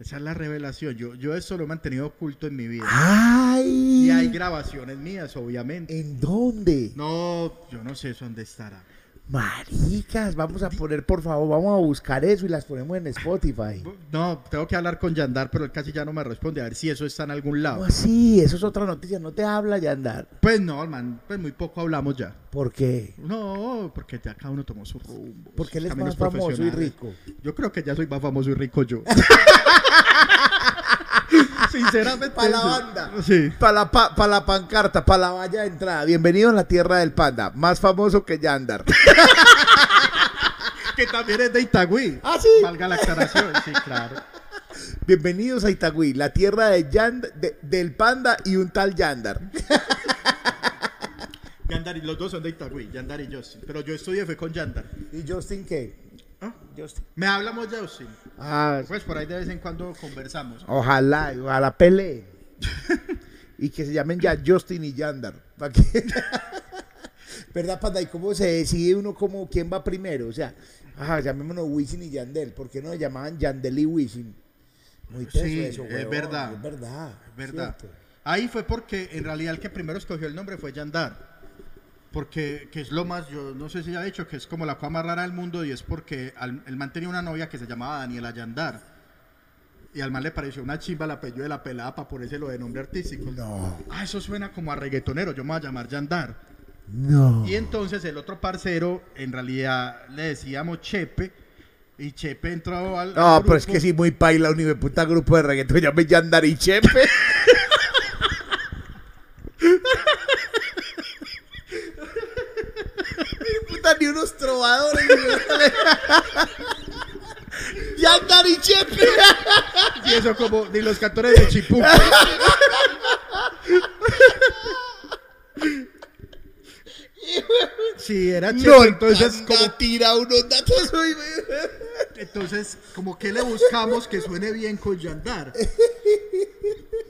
Speaker 1: Esa es la revelación. Yo, yo eso lo he mantenido oculto en mi vida.
Speaker 2: ay.
Speaker 1: Y hay grabaciones mías, obviamente.
Speaker 2: ¿En dónde?
Speaker 1: No, yo no sé eso dónde estará.
Speaker 2: Maricas, vamos a poner, por favor, vamos a buscar eso y las ponemos en Spotify.
Speaker 1: No, tengo que hablar con Yandar, pero él casi ya no me responde. A ver si eso está en algún
Speaker 2: ¿Cómo
Speaker 1: lado.
Speaker 2: así? Eso es otra noticia, no te habla ya andar.
Speaker 1: Pues no, man, pues muy poco hablamos ya.
Speaker 2: ¿Por qué?
Speaker 1: No, porque ya cada uno tomó su rumbo.
Speaker 2: Porque él
Speaker 1: sus
Speaker 2: es
Speaker 1: caminos
Speaker 2: más famoso y
Speaker 1: profesionales.
Speaker 2: rico.
Speaker 1: Yo creo que ya soy más famoso y rico yo. Sinceramente.
Speaker 2: Pues Pa' la
Speaker 1: sí.
Speaker 2: banda.
Speaker 1: Sí.
Speaker 2: Para la, pa- pa' la pancarta, para la valla de entrada. Bienvenido a la tierra del panda, más famoso que Yandar.
Speaker 1: Que también es de Itagüí.
Speaker 2: Ah, sí.
Speaker 1: Valga la aclaración. Sí, claro.
Speaker 2: Bienvenidos a Itagüí, la tierra de Yand- de- del panda y un tal Yandar.
Speaker 1: Yandar y los dos son de Itagüí, Yandar y Justin. Pero yo estudié fue con Yandar.
Speaker 2: ¿Y Justin qué?
Speaker 1: Ah,
Speaker 2: Justin.
Speaker 1: Me hablamos Justin.
Speaker 2: Ah,
Speaker 1: Pues por ahí de vez en cuando conversamos.
Speaker 2: ojalá, ojalá peleen. y que se llamen ya Justin y Yandar. pa' que- ¿Verdad, panda? ¿Y cómo se decide uno como quién va primero? O sea, ajá, llamémonos Wisin y Yandel. ¿Por qué no se llamaban Yandel y Wisin? Muy teso
Speaker 1: Sí,
Speaker 2: eso,
Speaker 1: es
Speaker 2: huevón,
Speaker 1: verdad.
Speaker 2: Es verdad.
Speaker 1: Es verdad.
Speaker 2: ¿cierto?
Speaker 1: Ahí fue porque en realidad el que primero escogió el nombre fue Yandar. Porque que es lo más, yo no sé si ya he dicho, que es como la cosa más rara del mundo y es porque al- el man tenía una novia que se llamaba Daniela Yandar. Y al man le pareció una chimba el apellido de la pelada para ponerse lo de nombre artístico.
Speaker 2: No,
Speaker 1: Ah, eso suena como a reggaetonero, yo me voy a llamar Yandar.
Speaker 2: no.
Speaker 1: Y entonces el otro parcero, en realidad le decíamos Chepe, y Chepe entró al.
Speaker 2: No,
Speaker 1: al
Speaker 2: Ah, pero es
Speaker 1: grupo.
Speaker 2: que si muy paila un hijo de puta grupo de reggaetón llame Yandar y Chepe. puta, ni unos trovadores. ni- Yandar y Chepe.
Speaker 1: Y eso como ni los cantores de Chipú. Sí, era Chepe,
Speaker 2: No,
Speaker 1: entonces,
Speaker 2: entonces
Speaker 1: como,
Speaker 2: tira unos datos. hoy,
Speaker 1: entonces, como que le buscamos que suene bien con Yandar.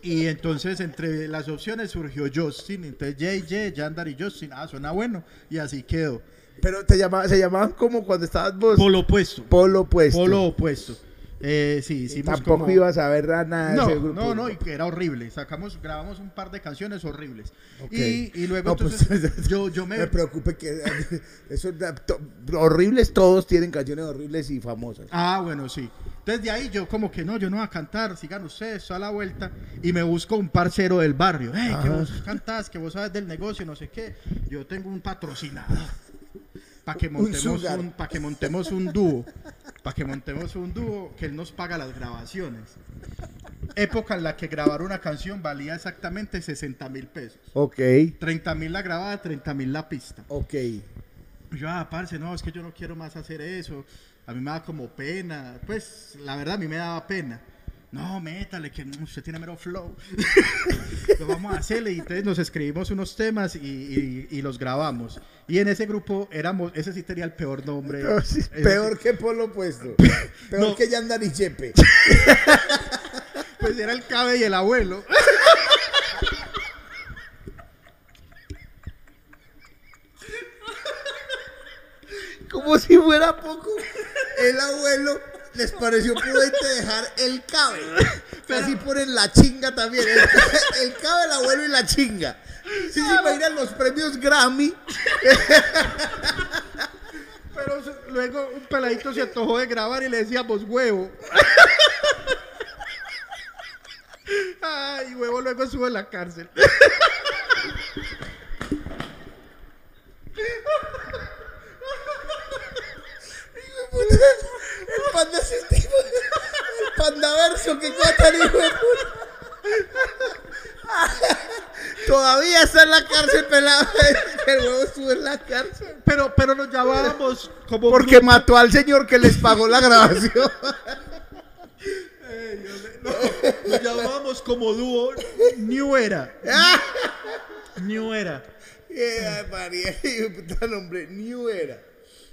Speaker 1: Y entonces, entre las opciones surgió Justin. Entonces, JJ, Yandar y Justin. Ah, suena bueno. Y así quedó.
Speaker 2: Pero te llamaba, se llamaban como cuando estabas vos.
Speaker 1: Polo opuesto.
Speaker 2: Polo puesto.
Speaker 1: Polo opuesto. Eh, sí,
Speaker 2: Y
Speaker 1: hicimos
Speaker 2: tampoco
Speaker 1: como-
Speaker 2: ibas a ver nada de
Speaker 1: no,
Speaker 2: ese grupo.
Speaker 1: no, no, y que era horrible. Sacamos, grabamos un par de canciones horribles.
Speaker 2: Ok.
Speaker 1: Y, y luego
Speaker 2: No, pues,
Speaker 1: entonces, yo, yo me...
Speaker 2: me preocupe que eso da- to- horribles todos tienen canciones horribles y famosas.
Speaker 1: Ah, bueno, sí. Entonces de ahí yo como que no, yo no voy a cantar, sigan ustedes, a la vuelta. Y me busco un parcero del barrio. Hey, que
Speaker 2: Ajá.
Speaker 1: vos cantás, que vos sabes del negocio, no sé qué. Yo tengo un patrocinador. Para que,
Speaker 2: Un
Speaker 1: montemos
Speaker 2: sugar.
Speaker 1: un- pa' que montemos un dúo. Para que montemos un dúo que él nos paga las grabaciones. Época en la que grabar una canción valía exactamente 60 mil pesos.
Speaker 2: Ok,
Speaker 1: 30 mil la grabada, 30 mil la pista.
Speaker 2: ok.
Speaker 1: Yo, ah, parce, no, es que yo no quiero más hacer eso. A mí me da como pena. Pues, la verdad, a mí me daba pena. No, métale, que mm, usted tiene mero flow. Lo vamos a hacerle. Y entonces nos escribimos unos temas y, y- y los grabamos. Y en ese grupo éramos, ese sí tenía el peor nombre.
Speaker 2: Entonces,
Speaker 1: Ese
Speaker 2: peor que Polo Opuesto. Peor
Speaker 1: No.
Speaker 2: que Yandan y Chepe.
Speaker 1: sí, pues era el cabe y el abuelo.
Speaker 2: Como si fuera poco. El abuelo les pareció prudente dejar el cabe.
Speaker 1: Pero-
Speaker 2: Así ponen la chinga también. El, cabe- el cabe, el abuelo y la chinga. Si se imaginan los premios Grammy,
Speaker 1: Pero s- luego un peladito se antojó de grabar y le decíamos huevo. Ay, huevo luego sube a la cárcel.
Speaker 2: el panda es el tipo. El pandaverso que cosa tan hijo de puta. Todavía está en la cárcel pelado. El huevo estuvo en la cárcel.
Speaker 1: Pero, pero nos llamábamos como
Speaker 2: Porque mató al señor que les pagó la grabación.
Speaker 1: nos llamábamos como dúo New Era. New Era.
Speaker 2: Yeah, María, hijo de puta nombre, New Era.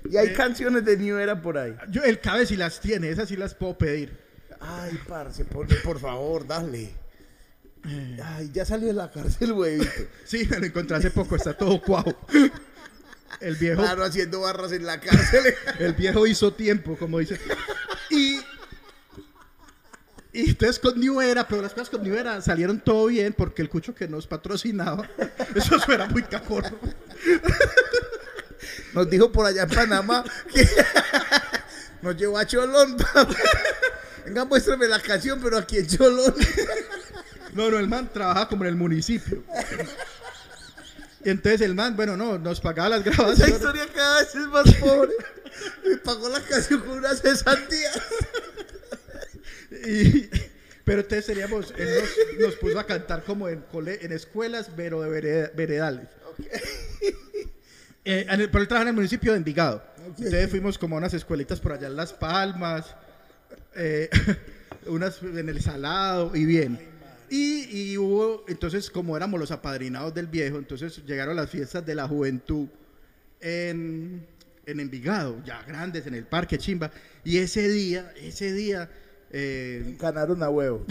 Speaker 2: Y hay canciones de New Era por ahí.
Speaker 1: Yo, el cabe si las tiene, esas sí las puedo pedir.
Speaker 2: Ay, parce, por, por favor, dale. Ay, ya salió de la cárcel, huevito.
Speaker 1: Sí, me lo encontré hace poco, está todo cuajo. El viejo,
Speaker 2: Claro, haciendo barras en la cárcel.
Speaker 1: el viejo hizo tiempo, como dice. Y, y entonces con New Era, pero las cosas con New Era salieron todo bien porque el cucho que nos patrocinaba, eso suena muy cacorro.
Speaker 2: Nos dijo por allá en Panamá que nos llevó a Cholón. pa- Venga, muéstrame la canción, pero aquí en Cholón.
Speaker 1: No, no, el man trabaja como en el municipio. Y entonces el man, bueno, no, nos pagaba las
Speaker 2: Esa
Speaker 1: grabaciones.
Speaker 2: historia cada vez es más pobre. Me pagó la canción con una cesantía.
Speaker 1: Y- pero entonces seríamos, él nos, nos puso a cantar como en, cole- en escuelas, pero de vereda- veredales. Eh, en el- pero él trabaja en el municipio de Envigado. Entonces fuimos como a unas escuelitas por allá en Las Palmas, eh, unas en El Salado y bien. Y, y hubo, entonces como éramos los apadrinados del viejo, entonces llegaron las fiestas de la juventud en, en Envigado, ya grandes, en el Parque Chimba. Y ese día, ese día... eh,
Speaker 2: Encanaron a huevo.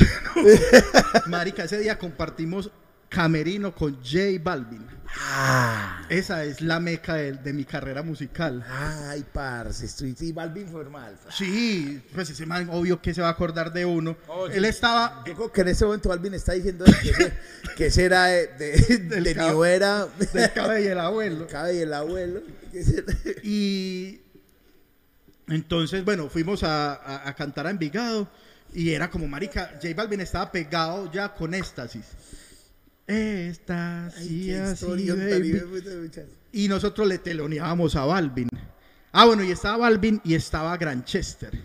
Speaker 1: Marica, ese día compartimos camerino con J Balvin.
Speaker 2: Ah,
Speaker 1: Esa es la meca de, de mi carrera musical.
Speaker 2: Ay, parce, estoy sí, Balvin formal.
Speaker 1: Sí, pues ese man obvio que se va a acordar de uno.
Speaker 2: Oh,
Speaker 1: Él estaba...
Speaker 2: Yo creo que en ese momento Balvin está diciendo que, se- que será de, de,
Speaker 1: Del
Speaker 2: de
Speaker 1: cab-
Speaker 2: New Era,
Speaker 1: Del cabello del abuelo.
Speaker 2: Cabe y el abuelo. que será-
Speaker 1: Y entonces, bueno, fuimos a, a- a cantar a Envigado y era como, marica, J Balvin estaba pegado ya con éxtasis. Éxtasis,
Speaker 2: Ay, qué
Speaker 1: así,
Speaker 2: historia tan
Speaker 1: baby.
Speaker 2: hijo de puta, muchacho.
Speaker 1: y nosotros le teloneábamos a Balvin. Ah, bueno, y estaba Balvin y estaba Granchester.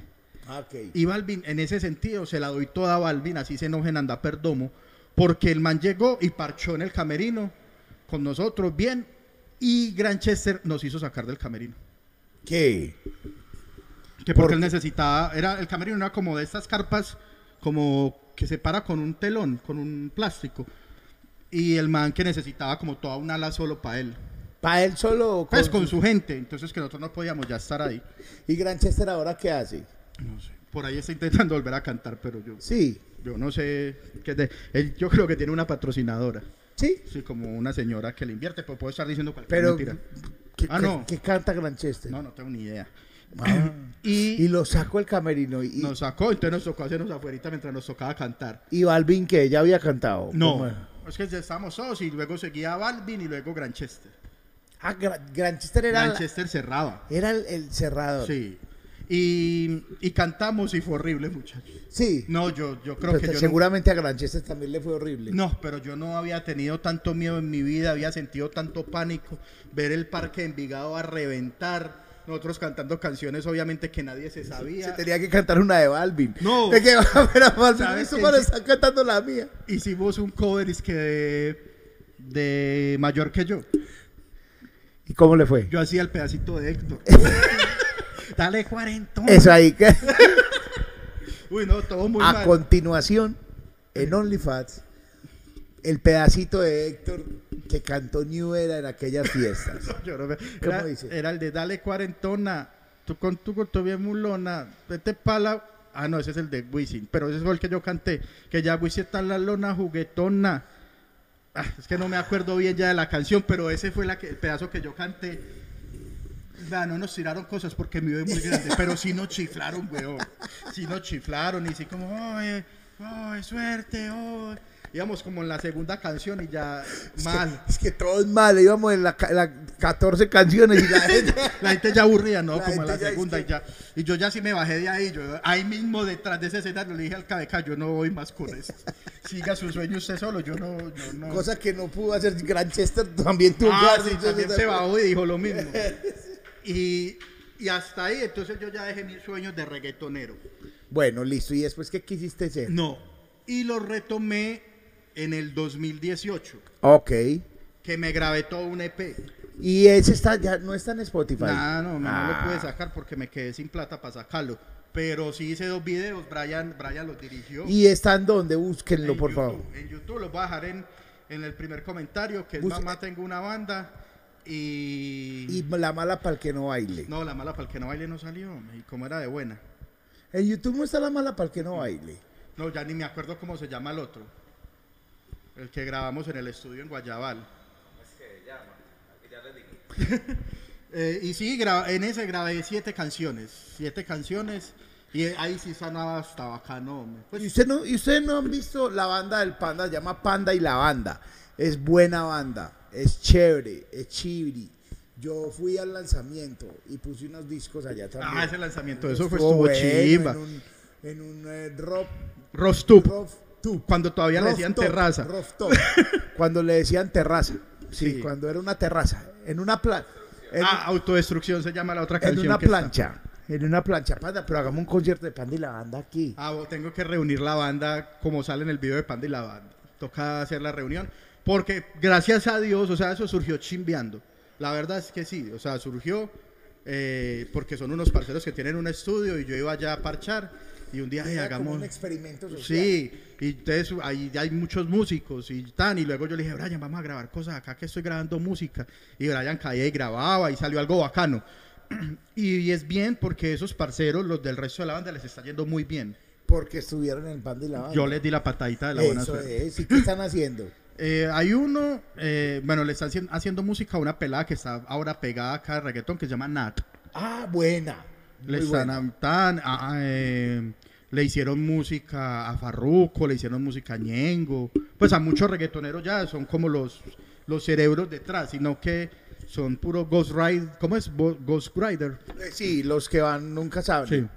Speaker 2: Ah, ok.
Speaker 1: Y Balvin, en ese sentido, se la doy toda a Balvin, así se enojen anda perdomo, porque el man llegó y parchó en el camerino con nosotros, bien, y Granchester nos hizo sacar del camerino.
Speaker 2: ¿Qué?
Speaker 1: Que
Speaker 2: ¿Por
Speaker 1: porque
Speaker 2: qué?
Speaker 1: él necesitaba, era el camerino era como de estas carpas, como que se para con un telón, con un plástico. Y el man que necesitaba como toda una ala solo para él.
Speaker 2: ¿Para él solo o con,
Speaker 1: Pues con su gente, entonces que nosotros no podíamos ya estar ahí.
Speaker 2: ¿Y Granchester ahora qué hace?
Speaker 1: No sé. Por ahí está intentando volver a cantar, pero yo,
Speaker 2: Sí,
Speaker 1: yo no sé. qué de- él- yo creo que tiene una patrocinadora.
Speaker 2: sí,
Speaker 1: Sí, como una señora que le invierte, pero puedo estar diciendo cualquier
Speaker 2: pero...
Speaker 1: mentira.
Speaker 2: ¿qué,
Speaker 1: Ah,
Speaker 2: qué-
Speaker 1: no.
Speaker 2: qué canta Granchester?
Speaker 1: No, no tengo ni idea.
Speaker 2: Ah.
Speaker 1: Y,
Speaker 2: Y lo sacó el camerino. Y,
Speaker 1: nos sacó, entonces nos tocó hacernos afuerita mientras nos tocaba cantar.
Speaker 2: y Balvin, que ya había cantado. ¿Cómo
Speaker 1: No,
Speaker 2: era?
Speaker 1: es que ya estábamos solos y luego seguía Balvin y luego Granchester.
Speaker 2: Ah, Gra- Granchester era, la-
Speaker 1: Granchester cerraba.
Speaker 2: era el, el cerrador. Sí.
Speaker 1: Sí. Y, y cantamos y fue horrible, muchachos. No, yo, yo creo
Speaker 2: Pero
Speaker 1: que
Speaker 2: te-
Speaker 1: yo nunca-
Speaker 2: seguramente a Granchester también le fue horrible.
Speaker 1: No, pero yo no había tenido tanto miedo en mi vida, había sentido tanto pánico, ver el parque de Envigado a reventar, nosotros cantando canciones obviamente que nadie se sabía.
Speaker 2: Se tenía que cantar una de Balvin.
Speaker 1: No.
Speaker 2: De que va a ver a Balvin.
Speaker 1: ¿Sabes
Speaker 2: Eso
Speaker 1: qué?
Speaker 2: para estar cantando la mía.
Speaker 1: Hicimos un cover es que de, de mayor que yo.
Speaker 2: ¿Y cómo le fue?
Speaker 1: Yo hacía el pedacito de Héctor. Dale cuarentón.
Speaker 2: Eso ahí. que-
Speaker 1: Uy, no, todo muy
Speaker 2: a
Speaker 1: mal.
Speaker 2: continuación, en OnlyFans, el pedacito de Héctor que cantó New Era en aquellas fiestas.
Speaker 1: Yo no me- era,
Speaker 2: dice?
Speaker 1: era el de Dale cuarentona, tú con tu corto bien mulona, vete pala. Ah, no, ese es el de Wisin, pero ese fue el que yo canté. Que ya Wisin está en la lona juguetona. Ah, es que no me acuerdo bien ya de la canción, pero ese fue la que- el pedazo que yo canté. Nah, no nos tiraron cosas porque me iba muy grande, pero sí nos chiflaron, weón. Sí nos chiflaron y sí como, oye, oye, suerte, oye. Íbamos como en la segunda canción y ya mal.
Speaker 2: Es que todo es mal. Íbamos en las 14 canciones y la gente.
Speaker 1: La gente ya aburrida, ¿no?
Speaker 2: La
Speaker 1: Como
Speaker 2: gente
Speaker 1: en la
Speaker 2: ya es
Speaker 1: segunda
Speaker 2: que-
Speaker 1: y ya. Y yo ya sí me bajé de ahí. Yo ahí mismo detrás de ese escenario le dije al cabeca, yo no voy más con esto. Siga su sueño usted solo, yo no, yo no.
Speaker 2: Cosa que no pudo hacer Granchester también tuvo
Speaker 1: Ah,
Speaker 2: que hacer.
Speaker 1: sí, también se bajó y dijo lo mismo. Y, y hasta ahí, entonces yo ya dejé mis sueños de reggaetonero.
Speaker 2: Bueno, listo. ¿Y después qué quisiste hacer?
Speaker 1: No. Y los retomé en el 2018,
Speaker 2: Ok.
Speaker 1: que me grabé todo un E EP.
Speaker 2: Y ese está ya no está en Spotify.
Speaker 1: Nah, no, no, no
Speaker 2: Ah.
Speaker 1: lo pude sacar porque me quedé sin plata para sacarlo. Pero sí hice dos videos, Brian, Brian los dirigió.
Speaker 2: ¿Y está en donde?
Speaker 1: En
Speaker 2: Búsquenlo, por
Speaker 1: YouTube,
Speaker 2: favor.
Speaker 1: En YouTube los voy a dejar en, en el primer comentario, que es
Speaker 2: Busca-
Speaker 1: Mamá Tengo una banda y...
Speaker 2: Y la mala para el que no baile.
Speaker 1: No, la mala para el que no baile no salió, y como era de buena.
Speaker 2: En YouTube no está la mala para el que no baile.
Speaker 1: No, ya ni me acuerdo cómo se llama el otro. El que grabamos en el estudio en Guayabal. Eh, y sí, gra- en ese grabé siete canciones. Siete canciones. Y eh, ahí sí sonaba hasta bacano. hombre. Pues,
Speaker 2: ¿Y ustedes no, y ustedes no han visto la banda del Panda? Se llama Panda y la Banda. Es buena banda, es chévere, es chibri. Yo fui al lanzamiento y puse unos discos allá también.
Speaker 1: ah, ese lanzamiento, eso fue
Speaker 2: Estuvo
Speaker 1: estuvo
Speaker 2: bueno,
Speaker 1: chimba.
Speaker 2: En un, en un eh, rock,
Speaker 1: Rostup,
Speaker 2: rock tub.
Speaker 1: cuando todavía le
Speaker 2: Rough
Speaker 1: decían
Speaker 2: top,
Speaker 1: terraza.
Speaker 2: rough top. cuando le decían terraza. Sí,
Speaker 1: Sí.
Speaker 2: cuando era una terraza. En una plaza.
Speaker 1: Ah, autodestrucción se llama la otra
Speaker 2: en
Speaker 1: canción.
Speaker 2: una
Speaker 1: que está.
Speaker 2: plancha. En una plancha. Panda, pero hagamos un concierto de Panda y la Banda aquí.
Speaker 1: Ah, bo- tengo que reunir la banda como sale en el video de Panda y la banda. Toca hacer la reunión. Porque gracias a Dios, o sea, eso surgió chimbeando. La verdad es que sí, o sea, surgió eh, porque son unos parceros que tienen un estudio y yo iba allá a parchar y un día, "Ay,
Speaker 2: Era como
Speaker 1: hagamos...
Speaker 2: un experimento social.
Speaker 1: Sí, y entonces ahí hay muchos músicos y tan, y luego yo le dije, Brian, vamos a grabar cosas acá que estoy grabando música. Y Brian caía y grababa y salió algo bacano. y es bien porque esos parceros, los del resto de la banda, les está yendo muy bien.
Speaker 2: Porque estuvieron en el Panda y la Banda.
Speaker 1: Yo les di la patadita de la buena
Speaker 2: Ah, Eso
Speaker 1: suerte.
Speaker 2: es. ¿Y qué están haciendo?
Speaker 1: Eh, hay uno, eh, bueno, le están haci- haciendo música a una pelada que está ahora pegada acá de reggaetón que se llama Nat.
Speaker 2: Ah, buena.
Speaker 1: Le,
Speaker 2: Muy
Speaker 1: están
Speaker 2: buena.
Speaker 1: a- tan- a- a- eh, le hicieron música a Farruko, le hicieron música a Ñengo. Pues a muchos reggaetoneros ya son como los, los cerebros detrás, sino que son puro Ghost Rider. ¿Cómo es? Bo- Ghost Rider.
Speaker 2: Eh, Sí, los que van nunca saben.
Speaker 1: Sí.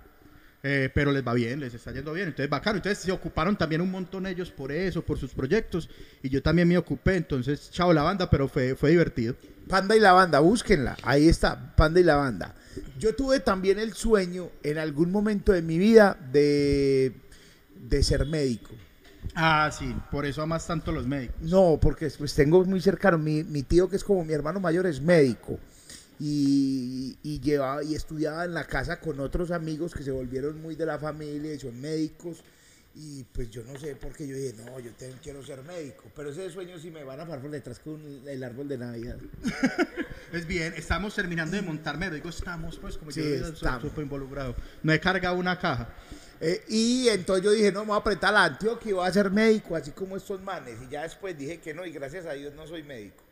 Speaker 1: Eh, pero les va bien, les está yendo bien, entonces bacano. Entonces se ocuparon también un montón ellos por eso, por sus proyectos, y yo también me ocupé, entonces chao la banda, pero fue, fue divertido.
Speaker 2: Panda y la banda, búsquenla. Ahí está, Panda y la banda. Yo tuve también el sueño en algún momento de mi vida de, de ser médico.
Speaker 1: Ah, sí, por eso amas tanto los médicos.
Speaker 2: No, porque pues tengo muy cercano, mi, mi tío que es como mi hermano mayor es médico y, y llevaba y estudiaba en la casa con otros amigos que se volvieron muy de la familia y son médicos y pues yo no sé por qué yo dije, no, yo te- quiero ser médico, pero ese sueño sí me van a parar por detrás con el árbol de Navidad.
Speaker 1: Es bien, estamos terminando de montarme, digo estamos, pues como
Speaker 2: Sí,
Speaker 1: yo soy- soy
Speaker 2: estamos.
Speaker 1: súper involucrado. No he cargado una caja.
Speaker 2: Eh, y entonces yo dije, no, me voy a apretar la Antioquia y voy a ser médico, así como estos manes. Y ya después dije que no, y gracias a Dios no soy médico.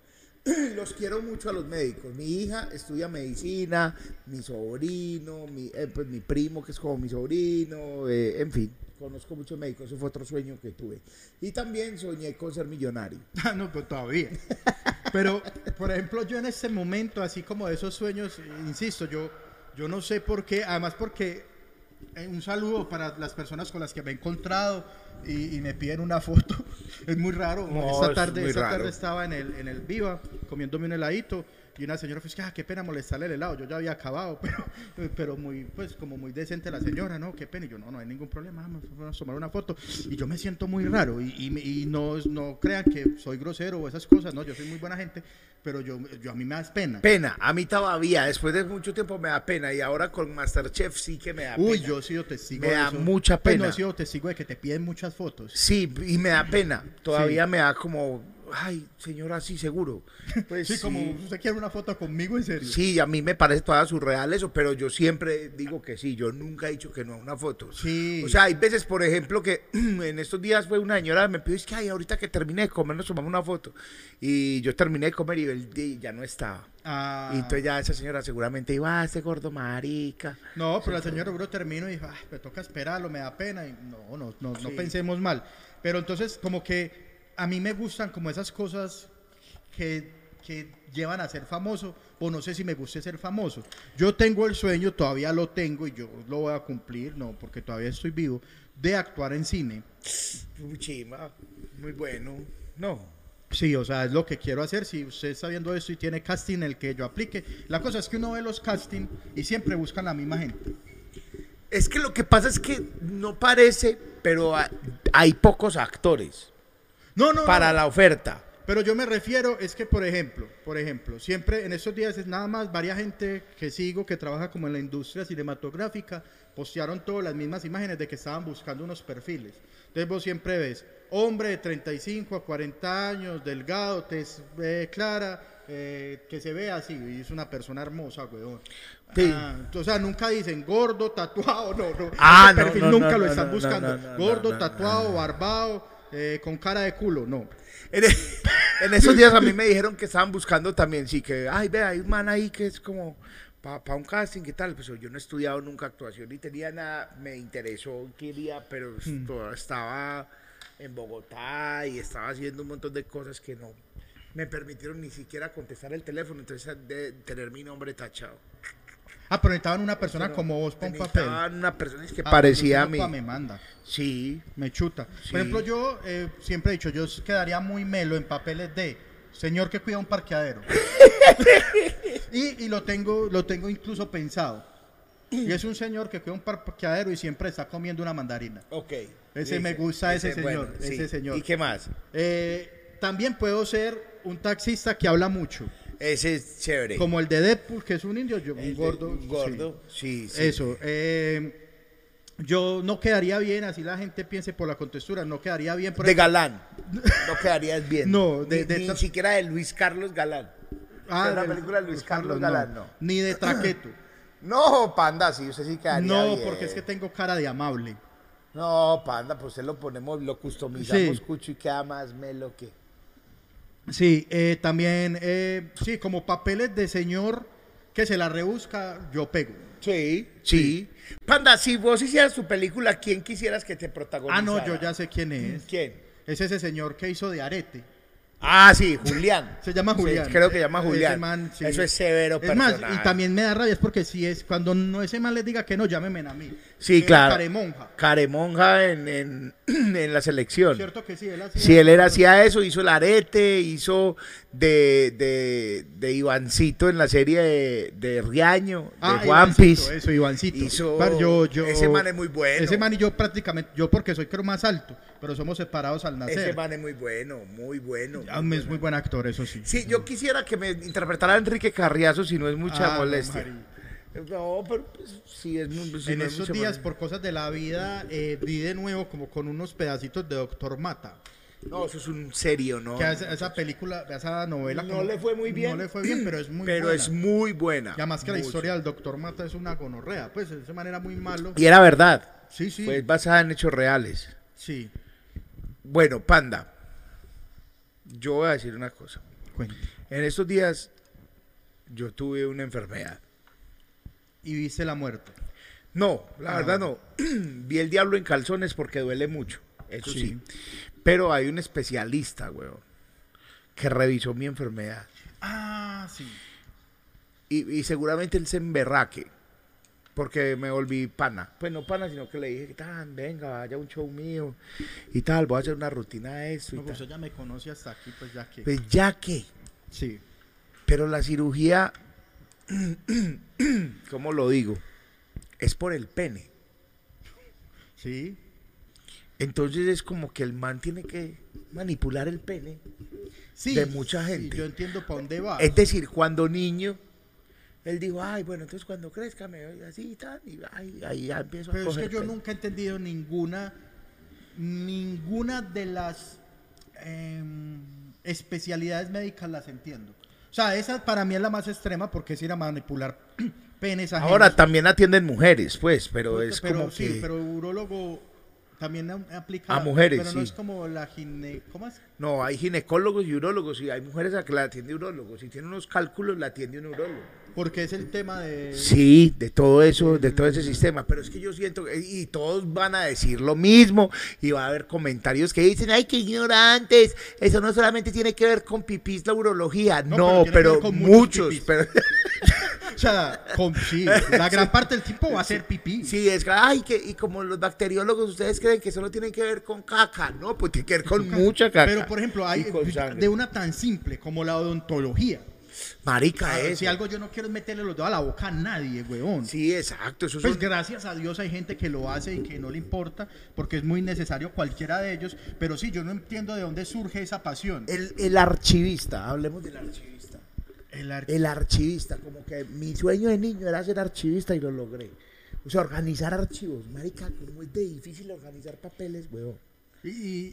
Speaker 2: los quiero mucho a los médicos. Mi hija estudia medicina, mi sobrino, mi, eh, pues, mi primo que es como mi sobrino, eh, en fin, conozco muchos médicos, eso fue otro sueño que tuve. Y también soñé con ser millonario.
Speaker 1: Ah, no, pero todavía. Pero, por ejemplo, yo en este momento, así como de esos sueños, eh, insisto, yo, yo no sé por qué, además porque eh, un saludo para las personas con las que me he encontrado y, y me piden una foto. Es muy raro.
Speaker 2: No,
Speaker 1: esta
Speaker 2: es
Speaker 1: tarde,
Speaker 2: muy
Speaker 1: esta
Speaker 2: raro.
Speaker 1: tarde estaba en el, en el Viva comiéndome un heladito y una señora fue, ah, qué pena molestarle el helado. Yo ya había acabado, pero, pero muy, pues, como muy decente la señora, ¿no? Qué pena. Y yo, no, no hay ningún problema, vamos vamos a tomar una foto. Y yo me siento muy raro y, y me- y no, no crean que soy grosero o esas cosas, no, yo soy muy buena gente, pero yo, yo a mí me das pena.
Speaker 2: Pena, a mí todavía, después de mucho tiempo me da pena y ahora con Masterchef sí que me da
Speaker 1: Uy,
Speaker 2: pena.
Speaker 1: yo he sido testigo
Speaker 2: Me
Speaker 1: de
Speaker 2: da
Speaker 1: eso.
Speaker 2: mucha
Speaker 1: Pues,
Speaker 2: pena.
Speaker 1: no he sido testigo de que te piden muchas fotos.
Speaker 2: Sí, y me da pena, todavía me da como, ay, señora, sí, seguro. Pues
Speaker 1: Sí, como usted quiere una foto conmigo, en serio.
Speaker 2: Sí, a mí me parece todas surreal eso, pero yo siempre digo que sí, yo nunca he dicho que no a una foto.
Speaker 1: Sí.
Speaker 2: O sea, hay veces, por ejemplo, que en estos días fue una señora me pidió, es que ay, ahorita que termine de comer nos tomamos una foto. Y yo terminé de comer y el día ya no estaba.
Speaker 1: Ah,
Speaker 2: Y entonces ya esa señora seguramente iba, ah, este gordo marica.
Speaker 1: no, pero la señora Uro termino y dijo, "Ah, me toca esperarlo, me da pena. Y no, no, no, no pensemos mal. Pero entonces, como que a mí me gustan como esas cosas que, que llevan a ser famoso, o no sé si me guste ser famoso. Yo tengo el sueño, todavía lo tengo y yo lo voy a cumplir, no, porque todavía estoy vivo, de actuar en cine.
Speaker 2: Muy chima, muy bueno. No.
Speaker 1: Sí, o sea, es lo que quiero hacer. Si usted está viendo esto y tiene casting en el que yo aplique, la cosa es que uno ve los casting y siempre buscan la misma gente.
Speaker 2: Es que lo que pasa es que no parece, pero ha- hay pocos actores
Speaker 1: No, no,
Speaker 2: para
Speaker 1: no.
Speaker 2: la oferta.
Speaker 1: Pero yo me refiero es que, por ejemplo, por ejemplo, siempre en estos días es nada más varias gente que sigo que trabaja como en la industria cinematográfica postearon todas las mismas imágenes de que estaban buscando unos perfiles. Entonces vos siempre ves hombre de 35 a 40 años, delgado, tez eh, clara, eh, que se ve así y es una persona hermosa, weón. Ah,
Speaker 2: Sí.
Speaker 1: o sea, nunca dicen gordo, tatuado, no, no.
Speaker 2: Ah,
Speaker 1: Ese
Speaker 2: no,
Speaker 1: perfil
Speaker 2: no, no,
Speaker 1: nunca
Speaker 2: no,
Speaker 1: lo
Speaker 2: no,
Speaker 1: están
Speaker 2: no,
Speaker 1: buscando.
Speaker 2: no, no,
Speaker 1: gordo,
Speaker 2: no, no,
Speaker 1: tatuado, barbado, eh, con cara de culo, no.
Speaker 2: En, e-, en esos días a mí me dijeron que estaban buscando también, sí, que, ay, ve, hay un man ahí que es como para un casting, ¿qué tal? Pues yo no he estudiado nunca actuación ni tenía nada, me interesó, quería, pero esto- estaba en Bogotá y estaba haciendo un montón de cosas que no me permitieron ni siquiera contestar el teléfono, entonces de tener mi nombre tachado.
Speaker 1: Ah, pero necesitaban una persona como vos para un papel.
Speaker 2: Necesitaban una persona que
Speaker 1: Ah,
Speaker 2: parecía a mí.
Speaker 1: porque si no, pa, Me manda,
Speaker 2: Sí,
Speaker 1: me chuta.
Speaker 2: Sí.
Speaker 1: Por ejemplo, yo eh, siempre he dicho, yo quedaría muy melo en papeles de señor que cuida un parqueadero. y y lo, tengo, lo tengo incluso pensado. Y es un señor que cuida un par- parqueadero y siempre está comiendo una mandarina.
Speaker 2: ok.
Speaker 1: Ese me gusta, ese señor, ese señor.
Speaker 2: ¿Y qué más?
Speaker 1: Eh, también puedo ser un taxista que habla mucho.
Speaker 2: Ese es chévere.
Speaker 1: Como el de Deadpool, que es un indio, yo, un gordo. sí.
Speaker 2: gordo. Sí, sí.
Speaker 1: Eso. eh, yo no quedaría bien, así la gente piense por la contextura, no quedaría bien. Por
Speaker 2: de
Speaker 1: ejemplo-
Speaker 2: Galán. No quedarías bien.
Speaker 1: No, de-
Speaker 2: ni,
Speaker 1: de
Speaker 2: ni
Speaker 1: ta- Ah,
Speaker 2: siquiera de Luis Carlos Galán. de la
Speaker 1: del-
Speaker 2: película de Luis Carlos Galán, no.
Speaker 1: Ni de Traqueto.
Speaker 2: No, panda, sí, usted sí quedaría
Speaker 1: no,
Speaker 2: bien.
Speaker 1: porque es que tengo cara de amable.
Speaker 2: No, panda, pues usted lo ponemos, lo customizamos,
Speaker 1: Sí.
Speaker 2: cucho, y queda más melo que...
Speaker 1: Sí, eh, también, eh, sí, como papeles de señor que se la rebusca, yo pego.
Speaker 2: Sí, sí. Panda, si vos hicieras tu película, ¿quién quisieras que te protagonizara?
Speaker 1: Ah, no, yo ya sé quién es.
Speaker 2: ¿Quién?
Speaker 1: Es ese señor que hizo de arete.
Speaker 2: Ah, sí, Julián.
Speaker 1: Se llama
Speaker 2: Sí,
Speaker 1: Julián.
Speaker 2: creo que se llama
Speaker 1: Ese
Speaker 2: Julián.
Speaker 1: man, sí.
Speaker 2: Eso es severo
Speaker 1: Es más,
Speaker 2: personaje.
Speaker 1: y también me da rabia es porque si es cuando no ese man les diga que no, llámenme a mí.
Speaker 2: Sí,
Speaker 1: Era
Speaker 2: claro.
Speaker 1: Caremonja.
Speaker 2: Caremonja en, en, en la selección.
Speaker 1: Cierto que sí, él hacía-
Speaker 2: Si él era hacía eso, hizo el arete, hizo de, de, de Ivancito en la serie de, de Riaño, de
Speaker 1: Ah,
Speaker 2: One
Speaker 1: Ivancito,
Speaker 2: Piece.
Speaker 1: Eso, Ivancito.
Speaker 2: Hizo-
Speaker 1: Par- yo- yo-
Speaker 2: ese man es muy bueno.
Speaker 1: Ese man y yo prácticamente, yo porque soy creo más alto, pero somos separados al nacer.
Speaker 2: Ese man es muy bueno, muy bueno.
Speaker 1: Ah, es muy buen actor, eso sí.
Speaker 2: Sí, yo quisiera que me interpretara a Enrique Carriazo si no es mucha
Speaker 1: Ah, no,
Speaker 2: molestia.
Speaker 1: Mari.
Speaker 2: No, pero pues, sí es muy si
Speaker 1: en
Speaker 2: no es
Speaker 1: estos
Speaker 2: mucha
Speaker 1: días,
Speaker 2: molestia.
Speaker 1: por cosas de la vida, eh, vi de nuevo como con unos pedacitos de Doctor Mata.
Speaker 2: No, eso es un serio, ¿no?
Speaker 1: Que a esa, a esa película, a esa novela.
Speaker 2: No le fue muy bien.
Speaker 1: No le fue bien, pero es muy
Speaker 2: pero
Speaker 1: buena.
Speaker 2: es muy buena.
Speaker 1: Y además que la
Speaker 2: Mucho.
Speaker 1: historia del Doctor Mata es una gonorrea. Pues de esa manera muy malo.
Speaker 2: Y era verdad.
Speaker 1: Sí, sí.
Speaker 2: Pues basada en hechos reales.
Speaker 1: sí.
Speaker 2: Bueno, Panda, yo voy a decir una cosa.
Speaker 1: Cuente.
Speaker 2: En estos días yo tuve una enfermedad.
Speaker 1: Y viste la muerte.
Speaker 2: No, la
Speaker 1: Ah.
Speaker 2: verdad no. Vi el diablo en calzones porque duele mucho. Eso sí.
Speaker 1: Sí.
Speaker 2: Pero hay un especialista, weón, que revisó mi enfermedad.
Speaker 1: Ah, sí.
Speaker 2: Y, y seguramente él se emberraque. Porque me volví pana. Pues no pana, sino que le dije, tan, venga, vaya a un show mío. Y tal, voy a hacer una rutina de eso. Y
Speaker 1: No, pues
Speaker 2: tal.
Speaker 1: ella me conoce hasta aquí, pues ya que.
Speaker 2: Pues ya que.
Speaker 1: Sí.
Speaker 2: Pero la cirugía, ¿cómo lo digo? Es por el pene.
Speaker 1: Sí.
Speaker 2: Entonces es como que el man tiene que manipular el pene.
Speaker 1: Sí.
Speaker 2: De mucha
Speaker 1: sí,
Speaker 2: gente. Eh,
Speaker 1: yo entiendo para dónde va.
Speaker 2: Es decir, cuando niño, él dijo, ay, bueno, entonces cuando crezca me doy así y tal, y ay, ahí ya empiezo a
Speaker 1: Pero es
Speaker 2: coger
Speaker 1: que yo
Speaker 2: pene.
Speaker 1: nunca he entendido ninguna, ninguna de las em, especialidades médicas las entiendo. O sea, esa para mí es la más extrema porque es ir a manipular penes ajenos.
Speaker 2: Ahora también atienden mujeres, pues, pero
Speaker 1: Puta,
Speaker 2: es como
Speaker 1: sí,
Speaker 2: que...
Speaker 1: pero urólogo también a- aplica
Speaker 2: A mujeres,
Speaker 1: pero no
Speaker 2: sí.
Speaker 1: es como la gine, ¿cómo es?
Speaker 2: No, hay ginecólogos y urólogos, y hay mujeres a que la atiende urólogos. Si tiene unos cálculos, la atiende un urólogo.
Speaker 1: Porque es el tema de
Speaker 2: Sí, de todo eso, de todo ese sistema. Pero es que yo siento, que- y todos van a decir lo mismo, y va a haber comentarios que dicen, ay, qué ignorantes, eso no solamente tiene que ver con pipis la urología.
Speaker 1: No,
Speaker 2: No,
Speaker 1: pero tiene que
Speaker 2: pero,
Speaker 1: ver con muchos
Speaker 2: muchos,
Speaker 1: pipis.
Speaker 2: pero
Speaker 1: o sea, con- sí, la gran parte del tiempo va a ser pipí.
Speaker 2: sí, es que, ay, que, y como los bacteriólogos, ustedes creen que solo tienen que ver con caca, ¿no? Pues tiene que ver con mucha caca.
Speaker 1: Pero por ejemplo, hay
Speaker 2: y con sangre.
Speaker 1: de una tan simple como la odontología.
Speaker 2: Marica,
Speaker 1: Claro,
Speaker 2: Ah, eso.
Speaker 1: Si algo yo no quiero es meterle los dedos a la boca a nadie, weón.
Speaker 2: Sí, exacto, eso es
Speaker 1: Pues
Speaker 2: un-
Speaker 1: gracias a Dios hay gente que lo hace y que no le importa, porque es muy necesario cualquiera de ellos. Pero sí, yo no entiendo de dónde surge esa pasión.
Speaker 2: el, el archivista, hablemos del archivista.
Speaker 1: El ar-
Speaker 2: El archivista, como que mi sueño de niño era ser archivista y lo logré. O sea, organizar archivos. Marica, como es de difícil organizar papeles, weón.
Speaker 1: y-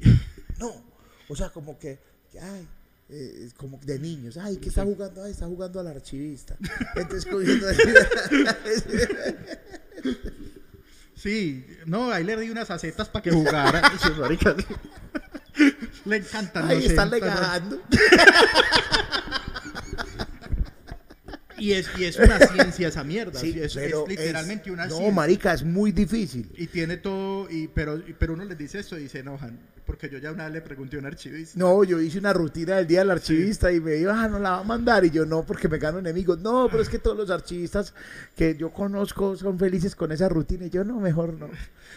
Speaker 2: No. O sea, como que, que, ay, eh, como de niños. Ay, ¿qué está jugando? Ay, está jugando al archivista. Entonces, cogiendo así.
Speaker 1: sí, no, ahí le di unas acetas para que jugara. Eso, marica. le encantan. no
Speaker 2: Ay,
Speaker 1: sé,
Speaker 2: están
Speaker 1: pero-
Speaker 2: legando.
Speaker 1: Y es, y es una ciencia esa mierda.
Speaker 2: Sí,
Speaker 1: sí, es, es
Speaker 2: pero es-
Speaker 1: literalmente una
Speaker 2: No,
Speaker 1: ciencia.
Speaker 2: marica, es muy difícil.
Speaker 1: Y tiene todo, y, pero, y- pero uno les dice esto y dice, no, Jan", porque yo ya una vez le pregunté a un archivista.
Speaker 2: No, yo hice una rutina del día del archivista y me dijo, ah, no la va a mandar. Y yo, no, porque me gano enemigos. No, pero es que todos los archivistas que yo conozco son felices con esa rutina. Y yo, no, mejor no.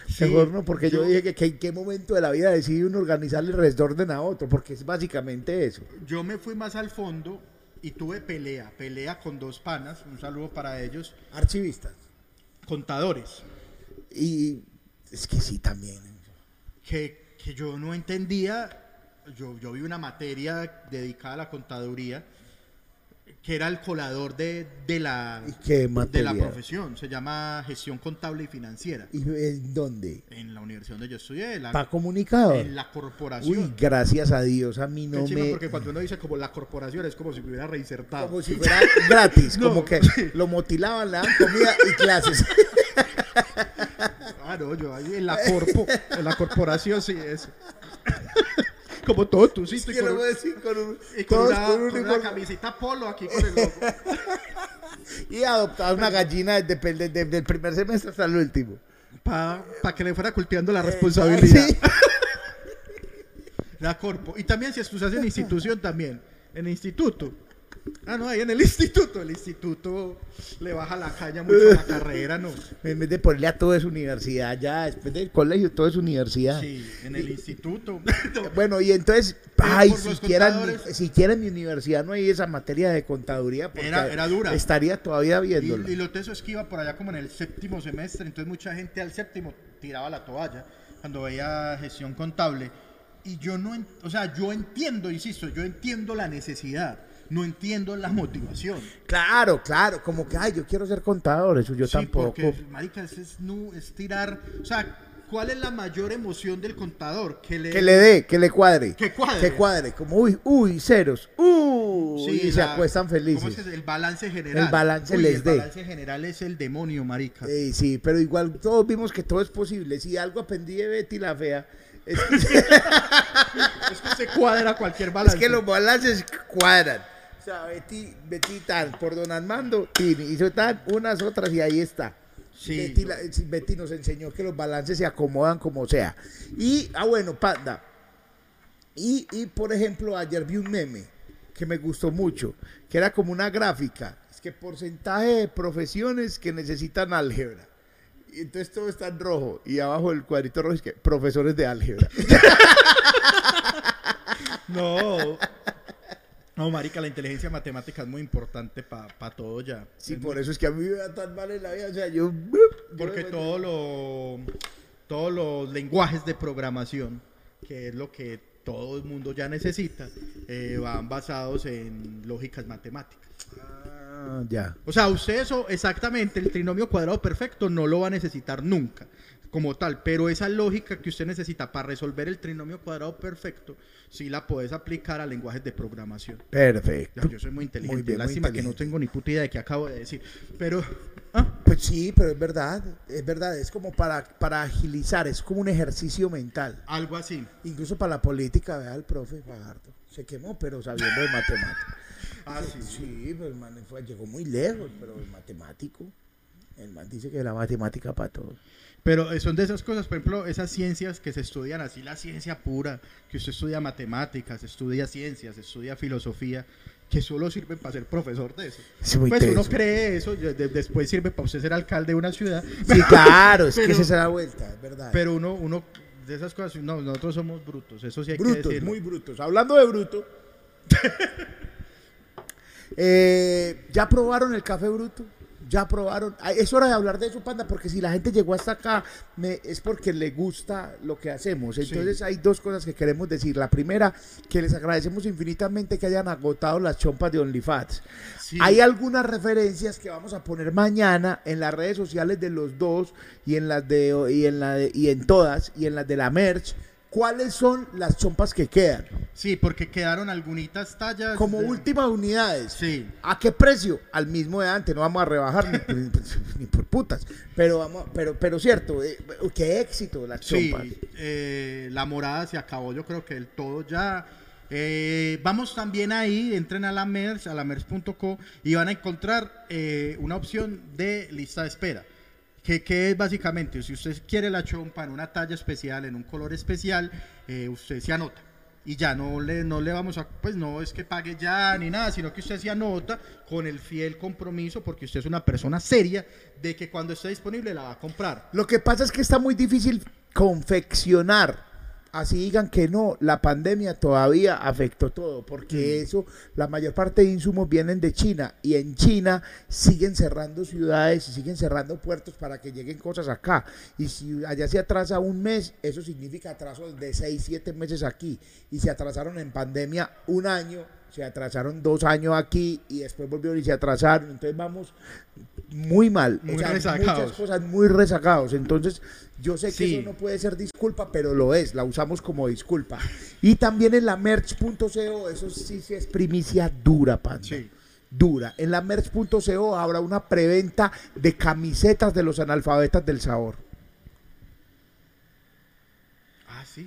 Speaker 1: Sí,
Speaker 2: mejor no, porque yo,
Speaker 1: yo-
Speaker 2: dije que, que en qué momento de la vida decide uno organizarle el desorden a otro, porque es básicamente eso.
Speaker 1: Yo me fui más al fondo y tuve pelea, pelea con dos panas, un saludo para ellos,
Speaker 2: Archivistas.
Speaker 1: contadores,
Speaker 2: Y es que sí, también.
Speaker 1: que, que yo no entendía, yo, yo vi una materia dedicada a la contaduría, que era el colador de, de la,
Speaker 2: ¿Y qué
Speaker 1: de la
Speaker 2: materia?
Speaker 1: profesión, se llama gestión contable y financiera,
Speaker 2: ¿Y en dónde?
Speaker 1: en la universidad donde yo estudié, la-
Speaker 2: ¿Está comunicado?
Speaker 1: en la corporación.
Speaker 2: Uy, gracias a Dios, a mí
Speaker 1: Qué
Speaker 2: no
Speaker 1: chimba,
Speaker 2: me...
Speaker 1: porque cuando uno dice como la corporación es como si hubiera reinsertado.
Speaker 2: Como si fuera gratis,
Speaker 1: Ah. No.
Speaker 2: como que lo motilaban, le daban comida y clases.
Speaker 1: Ah, no, yo ahí en la corpo, en la corporación sí es. como todo tu sitio y
Speaker 2: Quiero
Speaker 1: con, un-
Speaker 2: decir, con un-
Speaker 1: y con
Speaker 2: todos
Speaker 1: una,
Speaker 2: con un
Speaker 1: con una
Speaker 2: uniforme.
Speaker 1: camiseta polo aquí con el logo.
Speaker 2: Y adoptar una gallina desde, el- desde- desde el primer semestre hasta el último.
Speaker 1: Para que le fuera cultivando la
Speaker 2: Eh,
Speaker 1: responsabilidad.
Speaker 2: Sí.
Speaker 1: La corpo. Y también si estás en institución también. En instituto. Ah, no, ahí en el instituto. El instituto le baja la caña mucho a la carrera, ¿no?
Speaker 2: En vez de ponerle a todo es universidad, ya después del colegio todo es universidad.
Speaker 1: Sí, en el instituto.
Speaker 2: Bueno, y entonces, ay,
Speaker 1: por los
Speaker 2: siquiera en, mi,
Speaker 1: contadores.
Speaker 2: siquiera en mi universidad no hay esa materia de contaduría porque
Speaker 1: Era- era dura.
Speaker 2: estaría todavía viéndola.
Speaker 1: Y, y lo teso es que iba por allá como en el séptimo semestre, entonces mucha gente al séptimo tiraba la toalla cuando veía gestión contable. Y yo no, en- o sea, yo entiendo, insisto, yo entiendo la necesidad, no entiendo la motivación.
Speaker 2: Claro, claro, como que, ay, yo quiero ser contador, eso yo
Speaker 1: Sí,
Speaker 2: tampoco.
Speaker 1: Porque, marica, es, es, nu- es tirar, o sea, ¿cuál es la mayor emoción del contador? Que le,
Speaker 2: Que le dé, que le cuadre.
Speaker 1: Que cuadre.
Speaker 2: Que cuadre. Como, uy, uy, ceros. Uy,
Speaker 1: Sí,
Speaker 2: y se
Speaker 1: la-
Speaker 2: acuestan
Speaker 1: ¿cómo es
Speaker 2: felices.
Speaker 1: que es? el balance general.
Speaker 2: El balance
Speaker 1: Uy,
Speaker 2: les
Speaker 1: El
Speaker 2: dé.
Speaker 1: balance general es el demonio, marica.
Speaker 2: Eh, sí, pero igual todos vimos que todo es posible. Si algo aprendí de Betty la Fea Es,
Speaker 1: Es que se cuadra cualquier
Speaker 2: es
Speaker 1: balance.
Speaker 2: que los balances cuadran. O sea, Betty, Betty tan, por don Armando, y hizo tan, unas otras y ahí está.
Speaker 1: Sí.
Speaker 2: Betty, la- sí, Betty nos enseñó que los balances se acomodan como sea. Y, ah, bueno, Panda. Y, y, por ejemplo, ayer vi un meme que me gustó mucho, que era como una gráfica. Es que porcentaje de profesiones que necesitan álgebra. Y entonces todo está en rojo. Y abajo el cuadrito rojo es que profesores de álgebra.
Speaker 1: No. No, marica, la inteligencia matemática es muy importante para todo ya.
Speaker 2: Sí,
Speaker 1: Es
Speaker 2: por eso es que a mí me va tan mal en la vida. O sea, yo.
Speaker 1: Porque
Speaker 2: yo-
Speaker 1: todo lo- todos los lenguajes de programación, que es lo que todo el mundo ya necesita, eh, van basados en lógicas matemáticas.
Speaker 2: Ah, ya.
Speaker 1: O sea, usted eso exactamente, el trinomio cuadrado perfecto no lo va a necesitar nunca como tal, pero esa lógica que usted necesita para resolver el trinomio cuadrado perfecto, sí la podés aplicar a lenguajes de programación. Ya,
Speaker 2: Perfecto.
Speaker 1: yo soy muy inteligente,
Speaker 2: Muy bien, muy
Speaker 1: lástima que no
Speaker 2: inteligente.
Speaker 1: tengo ni puta idea de qué acabo de decir, pero... ah,
Speaker 2: Pues sí, pero es verdad. Es verdad. Es como para, para agilizar. Es como un ejercicio mental.
Speaker 1: Algo así.
Speaker 2: Incluso para la política, vea el profe Fajardo. Se quemó, pero sabiendo de matemáticas.
Speaker 1: Ah, sí, sí.
Speaker 2: Sí, pero el man fue- llegó muy lejos, pero el matemático. El man dice que la matemática para todo.
Speaker 1: Pero eh, son de esas cosas, por ejemplo, esas ciencias que se estudian así, la ciencia pura, que usted estudia matemáticas, estudia ciencias, estudia filosofía, que solo sirven para ser profesor de eso.
Speaker 2: Es muy
Speaker 1: pues uno
Speaker 2: teso.
Speaker 1: cree eso, de- de- después sirve para usted ser alcalde de una ciudad,
Speaker 2: Sí, claro, es que
Speaker 1: Pero-
Speaker 2: esa es la vuelta, es verdad.
Speaker 1: pero uno, uno de esas cosas, no, nosotros somos brutos, eso sí hay que
Speaker 2: Brutos,
Speaker 1: decirlo.
Speaker 2: muy brutos. Hablando de bruto. eh, ¿Ya probaron el café bruto? ¿Ya probaron? Ay, Es hora de hablar de eso, panda, porque si la gente llegó hasta acá me- es porque le gusta lo que hacemos. Entonces hay dos cosas que queremos decir. La primera, que les agradecemos infinitamente que hayan agotado las chompas de OnlyFans.
Speaker 1: Sí.
Speaker 2: Hay algunas referencias que vamos a poner mañana en las redes sociales de los dos y en las de y en la de- y en todas y en las de la merch. ¿Cuáles son las chompas que quedan?
Speaker 1: Sí, porque quedaron algunitas tallas.
Speaker 2: Como
Speaker 1: de-
Speaker 2: últimas unidades.
Speaker 1: Sí.
Speaker 2: ¿A qué precio? Al mismo de antes, no vamos a rebajar ni, por- ni por putas. Pero vamos, pero, pero cierto, eh, qué éxito las
Speaker 1: Sí,
Speaker 2: chompas.
Speaker 1: eh, la morada se acabó, yo creo que del todo ya. Eh, vamos también ahí, entren a la MERS, a la MERS.co y van a encontrar eh, una opción de lista de espera. Que, que es básicamente, si usted quiere la chompa en una talla especial, en un color especial, eh, usted se anota. Y ya no le, no le vamos a, pues no es que pague ya ni nada, sino que usted se anota con el fiel compromiso, porque usted es una persona seria, de que cuando esté disponible la va a comprar.
Speaker 2: Lo que pasa es que está muy difícil confeccionar. Así digan que no, la pandemia todavía afectó todo, porque eso, la mayor parte de insumos vienen de China y en China siguen cerrando ciudades y siguen cerrando puertos para que lleguen cosas acá. Y si allá se atrasa un mes, eso significa atrasos de 6, 7 meses aquí. Y se atrasaron en pandemia un año, se atrasaron dos años aquí y después volvieron y se atrasaron. Entonces vamos muy mal.
Speaker 1: Muy
Speaker 2: Muchas
Speaker 1: rezagados.
Speaker 2: cosas muy rezagados. Entonces, yo sé que
Speaker 1: Sí.
Speaker 2: eso no puede ser disculpa, pero lo es, la usamos como disculpa. Y también en la merch.co, eso sí, sí es primicia dura, panda.
Speaker 1: Sí.
Speaker 2: Dura. En la merch.co habrá una preventa de camisetas de los analfabetas del sabor.
Speaker 1: Ah, sí.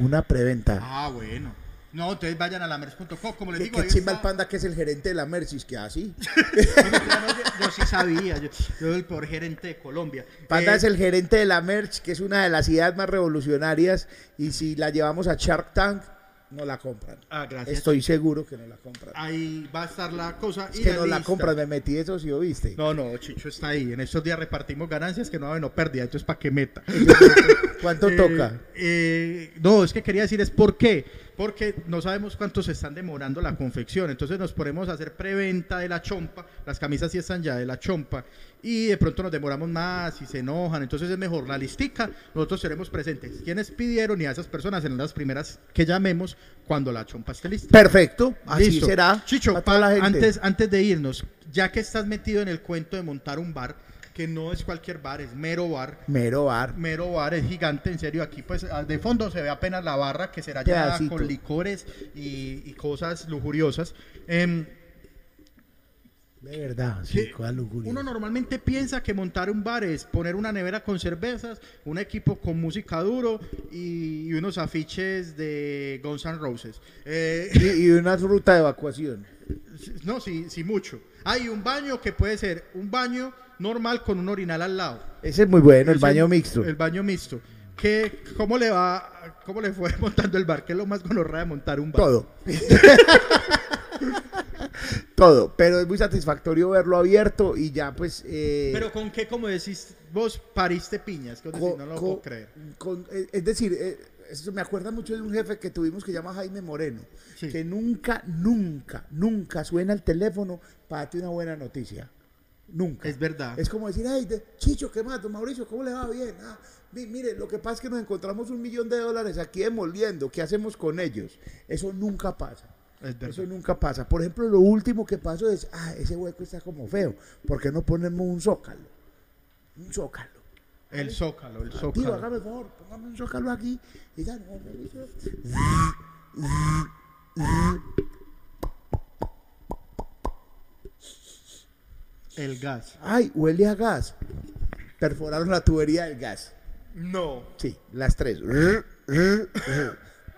Speaker 2: Una preventa.
Speaker 1: Ah, bueno. No, ustedes vayan a lamers.com, como les
Speaker 2: Que
Speaker 1: digo. ahí
Speaker 2: chimba el
Speaker 1: está.
Speaker 2: panda que es el gerente de la merch, y es que ah, así.
Speaker 1: No, yo, yo sí sabía, yo, yo soy el peor gerente de Colombia.
Speaker 2: Panda
Speaker 1: Eh,
Speaker 2: es el gerente de la merch, que es una de las ideas más revolucionarias. Y si la llevamos a Shark Tank, no la compran.
Speaker 1: Ah, gracias.
Speaker 2: Estoy seguro que no la compran.
Speaker 1: Ahí va a estar la cosa.
Speaker 2: Es
Speaker 1: y
Speaker 2: que no la
Speaker 1: lista.
Speaker 2: compras, me metí eso si lo viste.
Speaker 1: No, no, Chicho está ahí. En estos días repartimos ganancias que no haben no pérdida, entonces para qué meta.
Speaker 2: ¿Cuánto
Speaker 1: Eh,
Speaker 2: toca?
Speaker 1: eh, no, es que quería decir es por qué. Porque no sabemos cuánto se están demorando la confección. Entonces nos ponemos a hacer preventa de la chompa. Las camisas sí están ya de la chompa. Y de pronto nos demoramos más y se enojan. Entonces es mejor la listica. Nosotros seremos presentes. Quienes pidieron y a esas personas serán las primeras que llamemos cuando la chompa esté lista.
Speaker 2: Perfecto, así
Speaker 1: Listo.
Speaker 2: Ah, será.
Speaker 1: Chicho,
Speaker 2: para toda la gente.
Speaker 1: Antes, antes de irnos, ya que estás metido en el cuento de montar un bar, que no es cualquier bar, es mero bar.
Speaker 2: Mero bar.
Speaker 1: Mero bar es gigante, en serio. Aquí, pues, ah, de fondo se ve apenas la barra que será llenada
Speaker 2: Pedacito.
Speaker 1: con licores y, y cosas lujuriosas. Em,
Speaker 2: De verdad, sí,
Speaker 1: Que
Speaker 2: cuál lujuria.
Speaker 1: Uno normalmente piensa que montar un bar es poner una nevera con cervezas, un equipo con música duro y, y unos afiches de Guns N' Roses. Eh,
Speaker 2: Y, y una ruta de evacuación.
Speaker 1: no, sí, sí, mucho. Hay un baño que puede ser un baño normal con un orinal al lado.
Speaker 2: Ese es muy bueno, el
Speaker 1: Ese-
Speaker 2: baño mixto.
Speaker 1: El baño mixto. ¿Qué, ¿Cómo le va? ¿Cómo le fue montando el bar? ¿Qué es lo más gonorrea de montar un bar?
Speaker 2: Todo. Todo, pero es muy satisfactorio verlo abierto y ya pues... eh,
Speaker 1: Pero con qué, como decís, vos pariste piñas, que vos decís,
Speaker 2: co-
Speaker 1: no lo
Speaker 2: co-
Speaker 1: puedo creer.
Speaker 2: con- eh, es decir, eh, eso me acuerda mucho de un jefe que tuvimos que llama Jaime Moreno,
Speaker 1: Sí.
Speaker 2: que nunca, nunca, nunca suena el teléfono para darte una buena noticia. Nunca.
Speaker 1: Es verdad.
Speaker 2: Es como decir, ay, de- Chicho, ¿qué más? Don Mauricio, ¿cómo le va bien? Ah, mi- mire, lo que pasa es que nos encontramos un millón de dólares aquí demoliendo, ¿qué hacemos con ellos? Eso nunca pasa.
Speaker 1: Es verdad.
Speaker 2: Eso nunca pasa. Por ejemplo, lo último que pasó es, ah, ese hueco está como feo. ¿Por qué no ponemos un zócalo? Un zócalo.
Speaker 1: El zócalo, el
Speaker 2: Tío,
Speaker 1: zócalo.
Speaker 2: hágame el favor, póngame un zócalo aquí. Y ya, no, no, no, no.
Speaker 1: El gas.
Speaker 2: Ay, huele a gas. Perforaron la tubería del gas.
Speaker 1: No.
Speaker 2: Sí, las tres.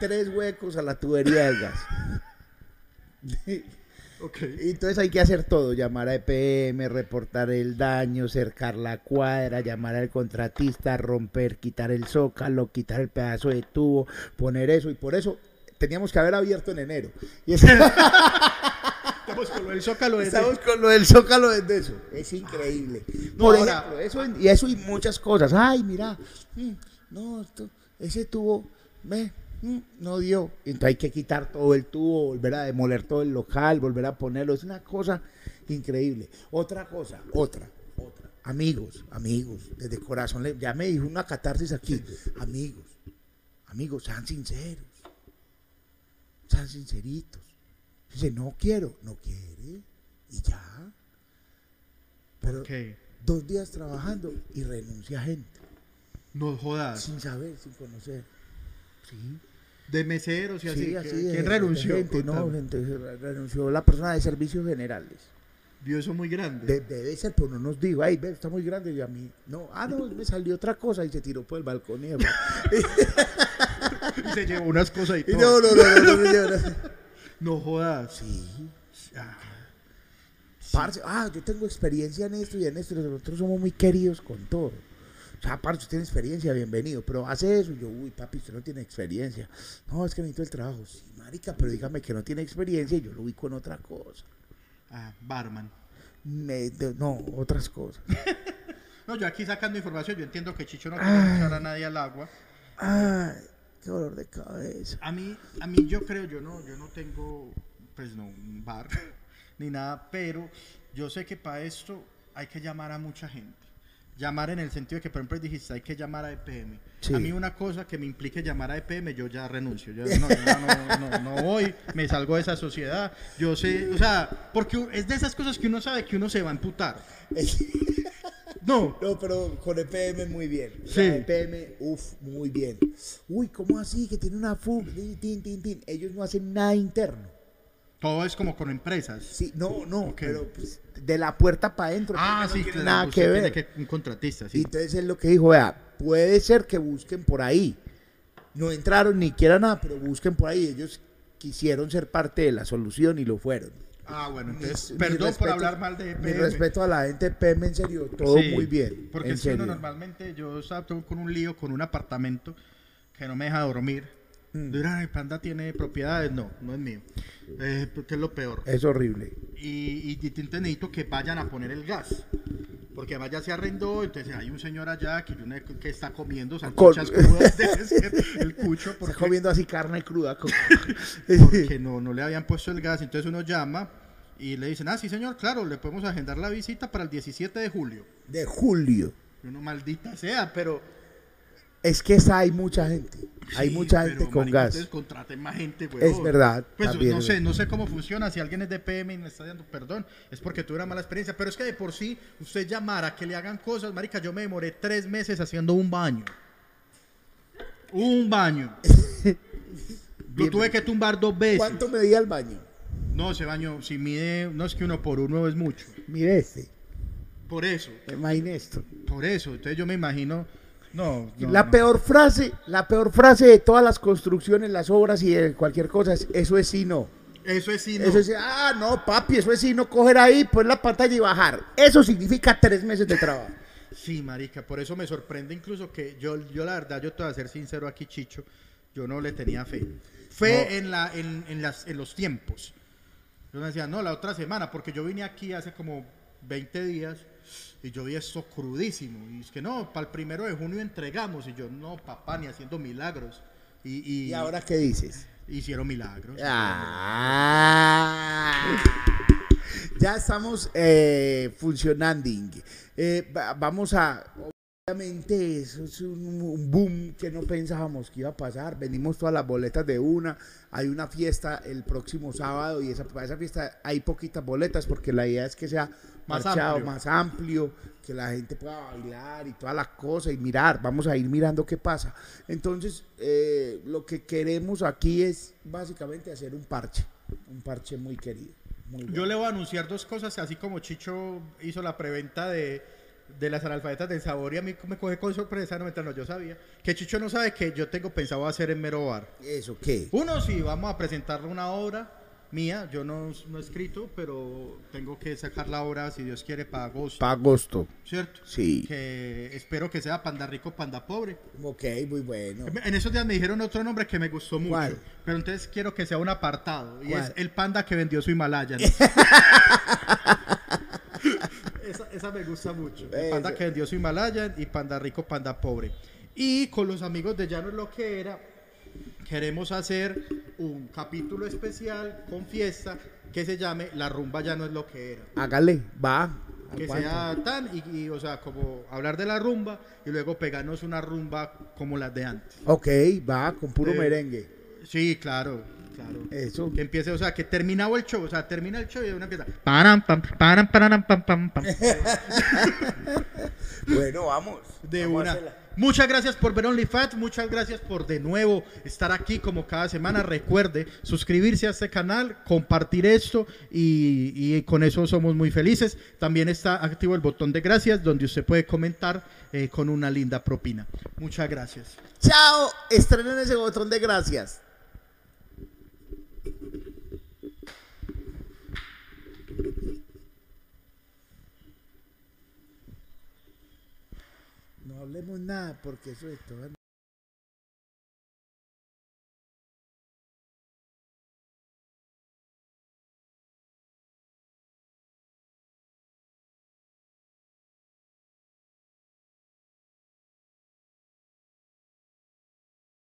Speaker 2: tres huecos a la tubería del gas.
Speaker 1: Ok.
Speaker 2: Y entonces hay que hacer todo, llamar a EPM, reportar el daño, cercar la cuadra, llamar al contratista, romper, quitar el zócalo, quitar el pedazo de tubo, poner eso y por eso teníamos que haber abierto en enero. Y es-
Speaker 1: Estamos con lo del zócalo. de-
Speaker 2: estamos con lo del zócalo desde eso. Es increíble.
Speaker 1: No,
Speaker 2: por
Speaker 1: ahora-
Speaker 2: ejemplo, eso y eso y muchas cosas. Ay, mira, mm, no, esto- ese tubo ve, mm, no dio. Entonces hay que quitar todo el tubo, volver a demoler todo el local, volver a ponerlo. Es una cosa increíble. Otra cosa, otra, otra. Amigos, amigos, desde corazón, le- ya me dijo una catarsis aquí. Amigos, amigos, sean sinceros. Sean sinceritos. Dice, no quiero, no quiere. Y ya. Pero
Speaker 1: Ok.
Speaker 2: dos días trabajando y renuncia gente.
Speaker 1: No jodas.
Speaker 2: Sin saber, sin conocer. Sí.
Speaker 1: De meseros y así.
Speaker 2: Sí,
Speaker 1: ¿qué-
Speaker 2: así de-
Speaker 1: ¿Quién
Speaker 2: de
Speaker 1: renunció?
Speaker 2: gente, no,
Speaker 1: Contame.
Speaker 2: gente, re- renunció la persona de servicios generales.
Speaker 1: Vio eso muy grande.
Speaker 2: De- debe ser, pero no nos dijo, ay, ve, está muy grande. Y a mí, no, ah, no, me salió otra cosa y se tiró por el balcón. Y,
Speaker 1: Y se llevó unas cosas y
Speaker 2: y
Speaker 1: todo.
Speaker 2: no, no, no, no, no, no, no.
Speaker 1: No jodas.
Speaker 2: Sí.
Speaker 1: Ah,
Speaker 2: Parce, ah, yo tengo experiencia en esto y en esto, y nosotros somos muy queridos con todo. O sea, parce, usted tiene experiencia, bienvenido, pero hace eso. Y yo, uy, papi, usted no tiene experiencia. No, es que necesito el trabajo. Sí, marica, pero dígame que no tiene experiencia y yo lo ubico en otra cosa.
Speaker 1: ah, barman.
Speaker 2: Me- de- no, otras cosas.
Speaker 1: No, yo aquí sacando información, yo entiendo que Chicho no quiere echar a nadie al agua.
Speaker 2: Ay, qué dolor de cabeza.
Speaker 1: A mí, a mí yo creo, yo no, yo no tengo, pues no, un bar ni nada, pero yo sé que para esto hay que llamar a mucha gente. Llamar en el sentido de que, por ejemplo, dijiste, hay que llamar a EPM.
Speaker 2: Sí.
Speaker 1: A mí una cosa que me implique llamar a EPM, yo ya renuncio. Yo no, yo ya no, no- no voy, me salgo de esa sociedad. Yo sé, o sea, porque es de esas cosas que uno sabe que uno se va a amputar. No,
Speaker 2: No, pero con EPM muy bien.
Speaker 1: Sí.
Speaker 2: La E EPM, uff, muy bien. Uy, ¿cómo así? Que tiene una fuga. tin, tin, tin, tin. Ellos no hacen nada interno.
Speaker 1: todo es como con empresas.
Speaker 2: Sí, no, no,
Speaker 1: Ok.
Speaker 2: pero pues, de la puerta para adentro.
Speaker 1: Ah,
Speaker 2: no
Speaker 1: sí,
Speaker 2: tiene
Speaker 1: claro,
Speaker 2: nada
Speaker 1: usted
Speaker 2: que
Speaker 1: tiene
Speaker 2: ver.
Speaker 1: que- un contratista,
Speaker 2: Y
Speaker 1: sí.
Speaker 2: entonces es lo que dijo, vea, puede ser que busquen por ahí. No entraron ni quieran nada, pero busquen por ahí. Ellos quisieron ser parte de la solución y lo fueron.
Speaker 1: Ah, bueno,
Speaker 2: Mis-
Speaker 1: entonces,
Speaker 2: mis
Speaker 1: perdón por
Speaker 2: respetos-
Speaker 1: hablar mal de
Speaker 2: Mi
Speaker 1: EPM.
Speaker 2: respeto a la gente de PM, en serio, todo
Speaker 1: Sí,
Speaker 2: muy bien.
Speaker 1: Porque
Speaker 2: en
Speaker 1: es que uno
Speaker 2: serio.
Speaker 1: normalmente, yo estaba tuve con un lío, con un apartamento que no me deja dormir.
Speaker 2: Mm.
Speaker 1: Dirán, "Ay, Panda tiene propiedades. No, no es mío. Eh, porque es lo peor.
Speaker 2: Es horrible.
Speaker 1: Y, y, entonces necesito que vayan a poner el gas. Porque vaya se arrendó, entonces hay un señor allá que, yo no sé qué está comiendo salchichas crudas, debe ser el cucho,
Speaker 2: Está
Speaker 1: porque,
Speaker 2: comiendo así carne cruda. con-
Speaker 1: porque no, no le habían puesto el gas. Entonces uno llama y le dicen, ah, sí señor, claro, le podemos agendar la visita para el 17 de julio.
Speaker 2: de julio.
Speaker 1: Y uno maldita sea, pero
Speaker 2: Es que esa hay mucha gente. hay
Speaker 1: Sí,
Speaker 2: mucha
Speaker 1: pero,
Speaker 2: gente con
Speaker 1: marica,
Speaker 2: gas.
Speaker 1: Ustedes contraten más gente, güey.
Speaker 2: Es verdad,
Speaker 1: Pues
Speaker 2: también
Speaker 1: no
Speaker 2: es
Speaker 1: sé,
Speaker 2: verdad.
Speaker 1: no sé cómo funciona. Si alguien es de PM y me está dando perdón, es porque tuve una mala experiencia. Pero es que de por sí, usted llamar a que le hagan cosas, marica, yo me demoré tres meses haciendo un baño. Un baño. Lo
Speaker 2: Bien.
Speaker 1: tuve que tumbar dos veces.
Speaker 2: ¿Cuánto medía el baño?
Speaker 1: No, ese baño, si mide, no es que uno por uno es mucho.
Speaker 3: Mire este,
Speaker 1: Por eso,
Speaker 3: imagine esto.
Speaker 1: por eso. Entonces yo me imagino. No, no,
Speaker 2: la
Speaker 1: no.
Speaker 2: peor frase, la peor frase de todas las construcciones, las obras y de cualquier cosa es eso es sí no.
Speaker 1: Eso es sí, no.
Speaker 2: Eso es ah no papi, eso es sí no coger ahí, poner la pantalla y bajar. Eso significa tres meses de trabajo.
Speaker 1: Sí, marica, por eso me sorprende incluso que yo, yo la verdad, yo te voy a ser sincero aquí, Chicho, yo no le tenía fe. Fe en, la, en, en las, en los tiempos. Yo me decía, no, la otra semana, porque yo vine aquí hace como 20 días y yo vi esto crudísimo. Y es que no, para el primero de junio entregamos. Y yo, no, papá, ni haciendo milagros. Y, y-
Speaker 2: ¿Y ahora qué dices?
Speaker 1: hicieron milagros.
Speaker 2: Ah. Ya estamos eh, funcionando. Eh, va- vamos a. Obviamente, eso es un, un boom que no pensábamos que iba a pasar. Vendimos todas las boletas de una. Hay una fiesta el próximo sábado y esa, para esa fiesta hay poquitas boletas porque la idea es que sea
Speaker 1: Más
Speaker 2: parchado,
Speaker 1: amplio.
Speaker 2: más amplio, que la gente pueda bailar y todas las cosas y mirar, vamos a ir mirando qué pasa. Entonces, eh, lo que queremos aquí es básicamente hacer un parche, un parche muy querido. Muy bueno.
Speaker 1: Yo le voy a anunciar dos cosas, así como Chicho hizo la preventa de, de las analfabetas del sabor y a mí me coge con sorpresa, no, mientras no, yo sabía, que Chicho no sabe que yo tengo pensado hacer en Mero Bar.
Speaker 2: ¿Eso qué?
Speaker 1: Uno, sí, vamos a presentarle una obra mía, yo no, no he escrito, pero tengo que sacar la obra, si Dios quiere, para agosto,
Speaker 2: Para agosto.
Speaker 1: ¿cierto?
Speaker 2: Sí.
Speaker 1: Que espero que sea Panda Rico, Panda Pobre.
Speaker 2: Ok, muy bueno.
Speaker 1: En esos días me dijeron otro nombre que me gustó mucho.
Speaker 2: ¿Cuál?
Speaker 1: Pero entonces quiero que sea un apartado. Y
Speaker 2: ¿Cuál?
Speaker 1: es el panda que vendió su Himalaya. ¿no? esa, esa me gusta mucho. El panda
Speaker 2: Eso.
Speaker 1: que vendió su Himalaya y panda rico, panda pobre. Y con los amigos de Llano es lo que era. Queremos hacer un capítulo especial con fiesta que se llame La rumba ya no es lo que era
Speaker 2: Hágale, va.
Speaker 1: que
Speaker 2: aguanta.
Speaker 1: sea tan y, y, o sea como hablar de la rumba y luego pegarnos una rumba como las de antes
Speaker 2: Ok, va, con puro
Speaker 1: Eh,
Speaker 2: merengue.
Speaker 1: sí claro claro
Speaker 2: Eso.
Speaker 1: que empiece o sea que terminado el show o sea termina el show y una empieza
Speaker 4: Param, pam, param, pararam, pam, pam, pam.
Speaker 2: Bueno, vamos.
Speaker 1: de
Speaker 2: Vamos a
Speaker 1: una
Speaker 2: hacerla.
Speaker 1: muchas gracias por ver OnlyFat muchas gracias por de nuevo estar aquí como cada semana recuerde suscribirse a este canal compartir esto y, y con eso somos muy felices también está activo el botón de gracias donde usted puede comentar eh, con una linda propina muchas gracias
Speaker 2: Chao, estrenen ese botón de gracias. No hablemos nada porque eso es todo.